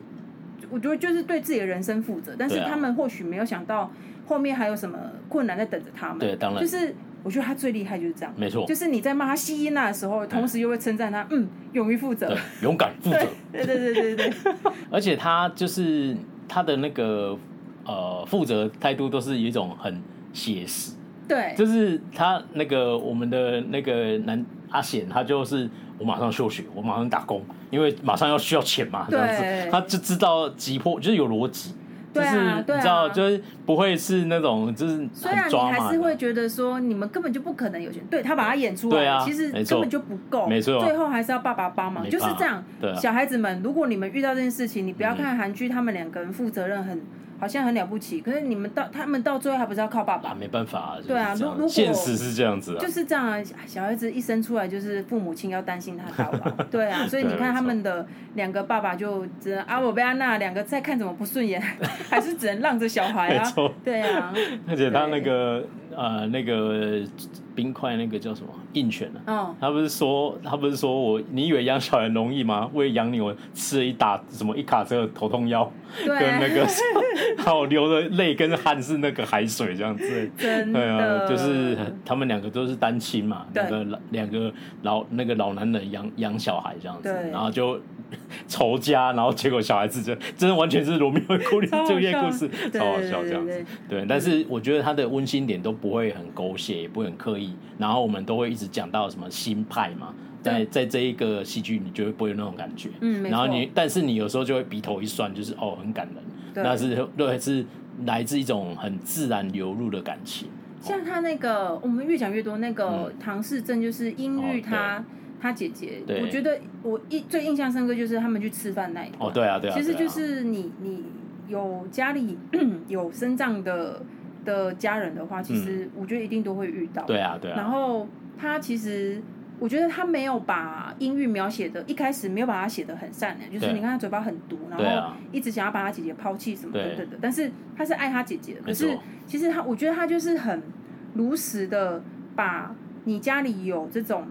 我觉得就是对自己的人生负责，但是
对啊
他们或许没有想到后面还有什么困难在等着他们。
对当然
就是我觉得他最厉害就是这样，
没错，
就是你在骂他吸音娜啊的时候，同时又会称赞他，嗯，勇于负责
对。勇敢负责。
对对对对 对对，
而且他就是他的那个呃负责态度都是有一种很写实，
对
就是他那个我们的那个男阿显，他就是我马上休学，我马上打工，因为马上要需要钱嘛，这样子
对，
他就知道急迫，就是有逻辑。就
对啊
是
对啊
你知道，就是不会是那种，就是
虽然
很
你
抓
还
马
是会
的，
觉得说你们根本就不可能有钱，对他把他演出来，
对啊
其实
没错
根本就不够，
没错
最后还是要爸爸帮忙，
没
就是
办法
这样。
对啊嗯
小孩子们，如果你们遇到这件事情，你不要看韩剧，他们两个人负责任很好像很了不起，可是你们到他们到最后还不是要靠爸
啊，
爸，
没办法啊，就是
对啊
这样
如如果
现实是这样子啊
就，是这样啊。小孩子一生出来就是父母亲要担心他到 老，对啊，所以你
对没
看
错
他们的两个爸爸就只能啊阿我贝安娜两个再看怎么不 顺眼，还是只能让着小孩
没
啊
错，
对啊，
而且他那个呃那个冰块那个叫什么硬犬啊，
嗯。
他不是说，他不是说我，你以为养小孩容易吗？为养你，我吃了一打什么一卡车的头痛药，
对
跟那个， 还有流的泪跟汗是那个海水这样子。
真
对啊，
的
就是他们两个都是单亲嘛，
对
两个老两个老那个老男人养养小孩这样子，
对
然后就 仇家，然后结果小孩子就真的完全是罗密欧孤零
超好
这些
笑
故事，
对
超好
对
笑这样
对
子。对，但是我觉得他的温馨点都不会很狗血，也不会很刻意。然后我们都会一直讲到什么新派嘛，在
对
在这一个戏剧，你就会不会有那种感觉。
嗯没
然后
错
你，但是你有时候就会鼻头一酸，就是哦，很感人。
对
那是那是来自一种很自然流露的感情。
像他那个，我们越讲越多。那个唐氏症就是英
嗯哦对
玉她、她姐姐，
对
我觉得我印最印象深刻就是他们去吃饭那一段。
哦，对啊，对啊，
其实
对
就
啊
是你你有家里有生长的的家人的话，其实
嗯
我觉得一定都会遇到。
对啊，对啊，
然后他其实。我觉得他没有把英玉描写的，一开始没有把他写的很善良，就是
对
你看他嘴巴很毒，然
对
后
啊
一直想要把他姐姐抛弃什么
对
等等的，但是他是爱他姐姐的，可
没错
是其实他，我觉得他就是很如实的把你家里有这种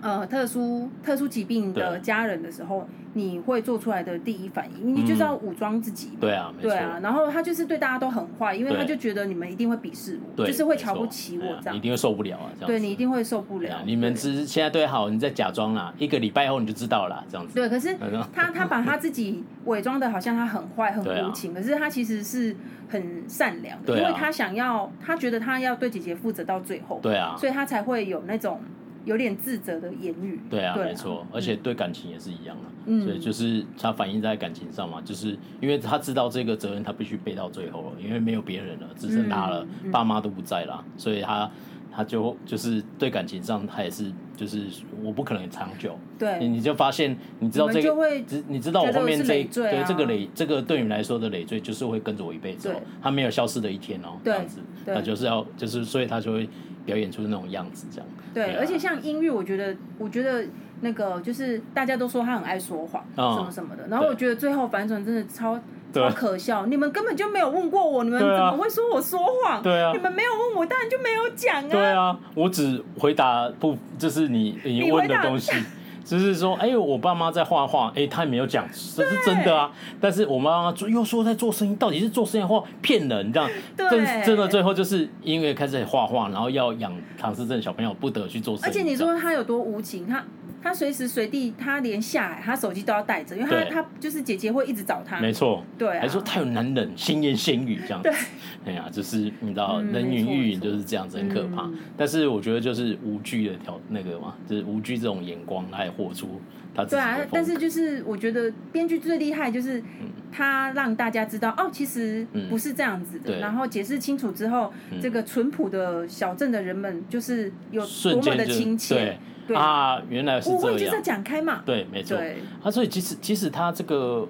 呃特殊特殊疾病的
对
家人的时候，你会做出来的第一反应，你就是要武装自己嘛。
对啊，没错
对啊，然后他就是对大家都很坏，因为
对
他就觉得你们一定会鄙视我，
对
就是会
没
瞧不
错
起
对
我
啊
这
你一
样，
定会受不了啊，这样
对
子
你一定会受不
对
了
啊。你们
对
只现在对好，你在假装啦，一个礼拜后你就知道了，这样子。
对，可是
反正
他他把他自己伪装的好像他很坏很
对啊
无情，可是他其实是很善良的，
对啊
因为他想要，他觉得他要对姐姐负责到最后，
对啊，
所以他才会有那种有点自责的言语。
对啊，
对啊
没错，而且对感情也是一样啊。
嗯
所以就是他反映在感情上嘛，就是因为他知道这个责任他必须背到最后了，因为没有别人了，只剩他了，
嗯嗯
爸妈都不在啦，所以他他就就是对感情上他也是就是我不可能长久，你
对
你就发现你知道这
你们就
个
会，
只你知道我后面这一
觉得是累赘
对
啊
这个累这个对你来说的累赘就是会跟着我一辈子哦
对，
他没有消失的一天哦，这
对
样子，
对
他就是要就是所以他就会表演出那种样子这样，
对，
啊
而且像音乐，我觉得我觉得那个就是大家都说他很爱说谎，
嗯
什么什么的，然后我觉得最后反转真的超。
对
超可笑！你们根本就没有问过我，你们怎
对啊
么会说我说谎？
对啊
你们没有问我，当然就没有讲
对啊，我只回答不，就是你你
你
问
回
的
答
东西， 就是说，哎、我爸妈在画画，哎、他也没有讲，这是真的啊。但是我妈妈又说在做生意，到底是做生意或骗人这样？
对
真真的最后就是因为开始画画，然后要养唐氏症小朋友，不得去做生意。
而且你说他有多无情，他他随时随地，他连下海，他手机都要带着，因为
对
他他就是姐姐会一直找他。
没错，
对啊
还说他有男人闲言闲语这样子，哎呀，就是你知道
嗯
人云亦
没
云
错
就是这样子，很可怕
嗯。
但是我觉得就是无惧的条那个嘛，就是无惧这种眼光来活出他自己
对啊
的，风
但
格
是。就是我觉得编剧最厉害就是
嗯
他让大家知道、哦，其实不是这样子的，
对嗯
然后解释清楚之后，这个淳朴的小镇的人们就是有
瞬
多么
间
的
就
亲
对
切，对
啊，原来是
误
这
会就是要
样，
讲开嘛。
对，没错。
对，
啊，所以即使即使他这个，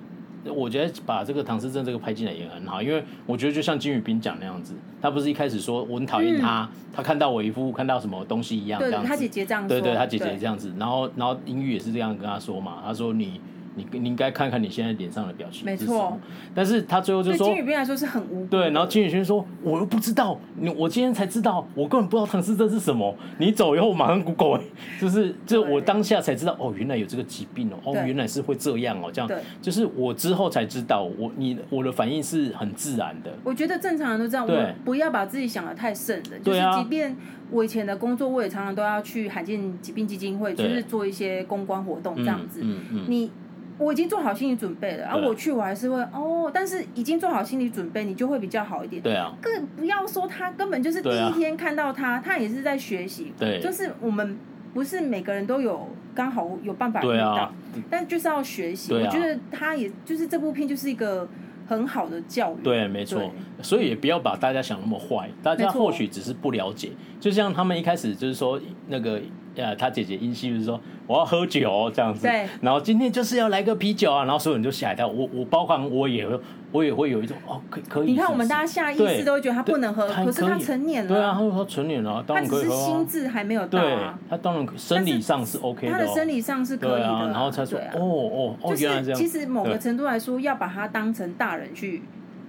我觉得把这个唐诗正这个拍进来也很好，因为我觉得就像金宇彬讲那样子，他不是一开始说我很讨厌他，他看到我一副看到什么东西一样这
嗯对
样子，
他姐姐这样说，
对对，他姐姐这样子，然后然后英语也是这样跟他说嘛，他说你你你应该看看你现在脸上的表情，
没
是什么
错，
但是他最后就
对
说
金宇彬来说是很无辜的。
对，然后金宇轩说：“我又不知道，你我今天才知道，我根本不知道唐氏症是什么。你走以后，我马上 Google，、欸、 就是就
对
我当下才知道，哦，原来有这个疾病哦，哦，
对
原来是会这样哦，这样
对
就是我之后才知道，我你我的反应是很自然的，
我觉得正常人都这样，我
对
们不要把自己想的太圣人。就
对
是
啊
即便我以前的工作，我也常常都要去罕见疾病基金会，就
对
是做一些公关活动这样子。
嗯嗯嗯，
你我已经做好心理准备了，啊，
对
我去我还是会哦，但是已经做好心理准备，你就会比较好一点。
对啊，
更不要说他根本就是第
对啊
一天看到他，他也是在学习。
对
就是我们不是每个人都有刚好有办法遇
对
到，
啊，
但就是要学习。
对啊
我觉得他也就是这部片就是一个很好的教育。
对，没错，所以也不要把大家想那么坏，大家
没错
或许只是不了解。就像他们一开始就是说那个呃，他姐姐英熙就是说我要喝酒哦、这样子，
对
然后今天就是要来个啤酒啊，然后所有人就吓一跳，我我包括我也会我也会有一种哦，可可以，
你看，我们
是不
大
是
家下意
对
识都会觉得他不能喝，
对他
可是他
可以
成年了，
对啊，他们说成年了，当
他
然可
只
以
是
喝、啊
心，智还没有到
对
啊，，
他当然生理上是 OK
他
的、
的
哦，
生理上是可以
对
的啊、
啊，然后才说、
对啊
哦哦哦，
就
原来这
是
样，
其实某个
对
程度来说，要把他当成大人去，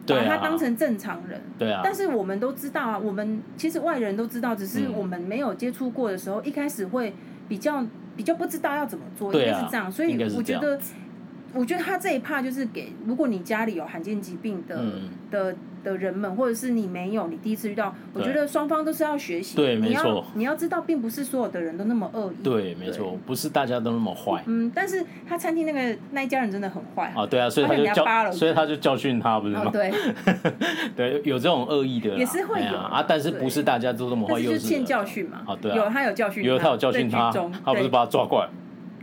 对
把
啊
他当成正常人。
对啊，
但是我们都知道啊，我们其实外人都知道，只是
嗯
我们没有接触过的时候，一开始会比较比较不知道要怎么做，
对啊
应该是这样。所
应
以
该是
我觉
这
得，我觉得他这一趴就是给，如果你家里有罕见疾病的、
嗯
的的人们，或者是你没有，你第一次遇到，我
对
觉得双方都是要学习。
对
你
没错
要你要知道，并不是所有的人都那么恶意。
对，没错，不是大家都那么坏。
嗯，但是他餐厅那个那一家人真的很坏啊。
啊，对啊，所以
他
他
给
就
人家扒
教，
了
所以他就教训他，不是吗？
哦，对，
对，有这种恶意的啦
也是会
哎呀
有
啊，但是不是大家都这么
但
坏，
是
又
就是欠教训嘛。
啊，对
有
啊，
他有教训，
有他有教训
在
他
剧中，
他不是
对
把他抓过来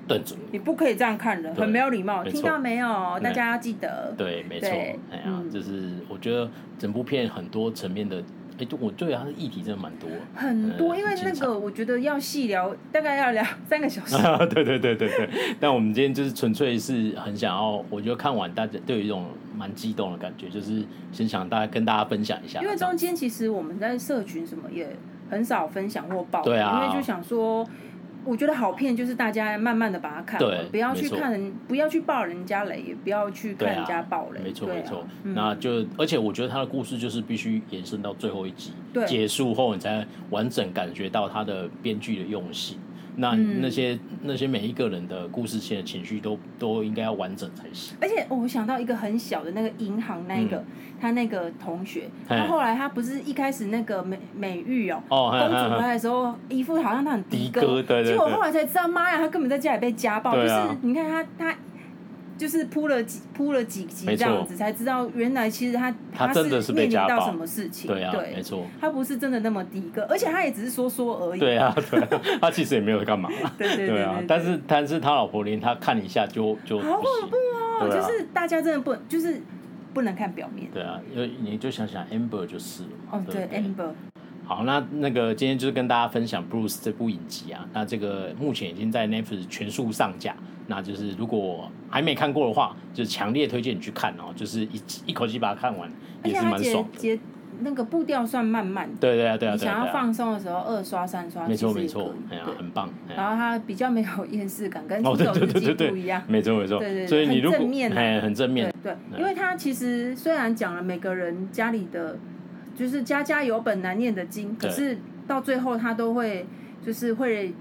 瞪着，
你不可以这样看人，
对
很没有礼貌，
没错
听到没有？
嗯
大家要记得。
对，没错
对，
哎呀
嗯，
就是我觉得整部片很多层面的，哎，对我对啊，它的议题真的 蛮多
很
嗯
多，因为那
很精彩
个我觉得要细聊，大概要聊 三个小 时。
啊，对对对对对，但我们今天就是纯粹是很想要，我觉得看完大家都有一种蛮激动的感觉，就是先想大家跟大家分享一下，
因为中间其实我们在社群什么也很少分享或报，
对啊
因为就想说，我觉得好片就是大家慢慢的把它看
对
完，不要
没
去
错
看人，不要去爆人家雷，也不要去
对
看
啊
人家爆雷，
没错
对啊
没错，
嗯
那就而且我觉得他的故事就是必须延伸到最后一集
对
结束后，你才完整感觉到他的编剧的用心。那
嗯
那些、那些每一个人的故事线的情绪都都应该要完整才行。
而且、哦我想到一个很小的那个银行那一个、
嗯
他那个同学，
嘿
他后来他不是一开始那个美美玉哦，
哦嘿
公主
嘿嘿
回来的时候，一副好像他很
的
哥，
哥对对
结果
对
后来才知道，妈呀，他根本在家里被家暴，
对
就
啊
是你看他他。就是铺了几铺了几集
没
这
错
样子，才知道原来其实他
他真的是
是
被
面临
家
到
暴
什么事情，
对啊，没错，
他不是真的那么的哥，而且他也只是说说而已，
对啊，对 啊，他其实也没有干嘛。
对对
对啊，但是但是他老婆连他看一下就就
好
不行
恐怖哦，
对
就
啊
是大家真的不能就是不能看表面，
对啊，因为你就想想 Amber 就是了嘛
哦，
对
对
不对
，amber，
好，那那个今天就是跟大家分享 Bruce 这部影集啊，那这个目前已经在 Netflix 全数上架，那就是如果还没看过的话，就强烈推荐你去看哦，就是一一口气把它看完，
而
也
且
是
他
蛮
节
爽的。
节那个步调算慢慢的，
对对啊，对啊，
你
对
想
啊，
要
对啊
放松的时候二刷三刷，
没错
其实
没
也
错
可，以
哎呀
对，
很棒。哎呀
然后它比较没有 厌世感，跟
哦，
出
对
走
对
日
对
记
对
不一
对
样，。
没错没错
对对，对
所以你
很
如果
正面啊
哎很正面，
对，因为它其实虽然讲了每个人家里的，就是家家有本难念的经，
对
可是到最后他都会就是会，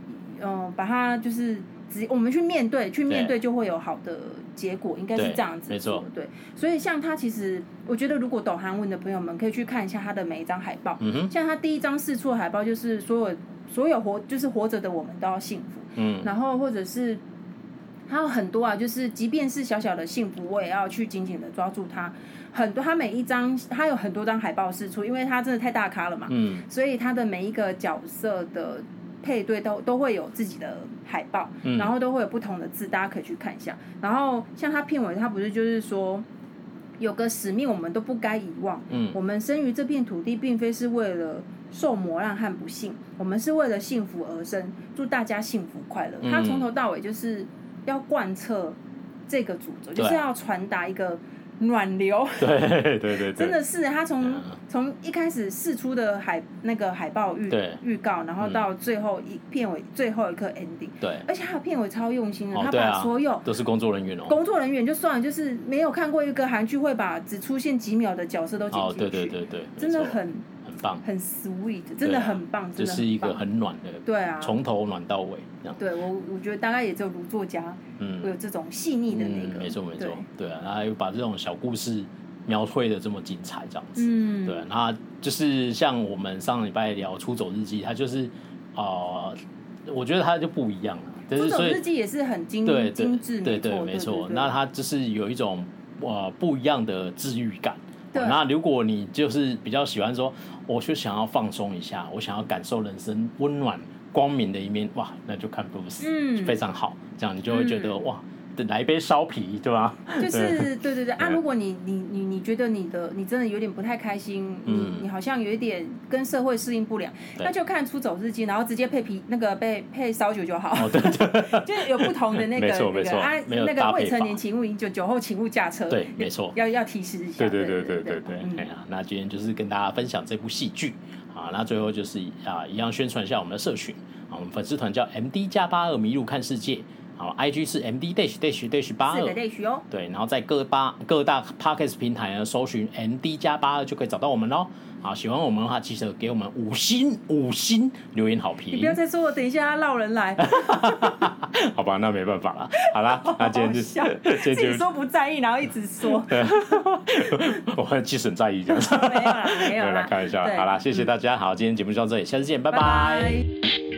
嗯，把它就是只我们去面对，去面对就会有好的结果，应该是
对
这样子
没错
做。对，所以像他其实，我觉得如果懂韩文的朋友们可以去看一下他的每一张海报，
嗯哼，
像他第一张试错海报就是所有所有活就是活着的我们都要幸福。
嗯
然后或者是还有很多啊，就是即便是小小的幸福，我也要去紧紧的抓住它。很多，它每一张，它有很多张海报试出，因为它真的太大咖了嘛，
嗯
所以它的每一个角色的配对都都会有自己的海报，
嗯
然后都会有不同的字，大家可以去看一下。然后像它片尾，它不是就是说有个使命，我们都不该遗忘。
嗯
我们生于这片土地，并非是为了受磨难和不幸，我们是为了幸福而生。祝大家幸福快乐。
嗯
他从头到尾就是要贯彻这个主轴，就是
对
要传达一个暖流。
对对对对，
真的是他从
嗯
从一开始试出的海那个海报预
对
预告，然后到最后一片尾最后一刻 ending，
对，
而且他的片尾超用心的，
哦
他
对
把
啊
所有
都是工作人员哦。
工作人员就算了，就是没有看过一个韩剧会把只出现几秒的角色都剪
哦，
进去，
对对对对，没
真的
错
很
很棒，
很 sweet，真的很棒，
这
真的
是一个
棒
很暖的，
对啊，
从头暖到尾这样。
对我我觉得大概也只有卢作家会
嗯
有这种细腻的那
嗯，
个，
没错没错
对，
对啊，然后又把这种小故事描绘的这么精彩，这样子。
嗯，
对，啊那就是像我们上礼拜聊《出走日记》，它就是呃，我觉得它就不一样了，但
这
是
种
所以
日记也是很精
对
嗯精致，
对对
错，
没
对
错
对。
那它就是有一种呃不一样的治愈感。
对
那如果你就是比较喜欢说，我就想要放松一下，我想要感受人生温暖光明的一面，哇，那就看 Bruce，、
嗯
非常好。这样你就会觉得、哇，来一杯烧啤， 对吧？
就是对对对啊！
对
如果你你你你觉得你的你真的有点不太开心，
嗯
你你好像有一点跟社会适应不良，
对
那就看出走日记，然后直接配啤那个配配烧酒就好，
哦，对对
就是有不同 的那个
没错
那
没
个
错
啊
没有
那
搭
个
配
未成
法
年请勿饮酒，酒后请勿驾车，
对，没错。
要要提示一
对
下，
对对对对
对
对，哎
嗯
呀，那今天就是跟大家分享这部戏剧啊，那最后就是啊，一样宣传一下我们的社群啊，我们粉丝团叫 M D 加八二迷路看世界，好，I G 是 M D dash dash dash 八
四个
二。
类许哦，
对，然后在各八各大 podcast 平台呢，搜寻 M D 加八二就可以找到我们喽。好，喜欢我们的话，记得给我们五星五星留言好
你
评
不。要再说我等一下要闹 人来，
好吧，那没办法了。好 啦，那今天就
笑，
今
自己
天就
说不在意，然后一 直说，没
我其实很在意这样子。
有啦没有
没有啦，
啦，
开玩笑啦。
对
好啦，谢谢大家。好，今天节目就到这里，下次见，拜
拜
拜
拜。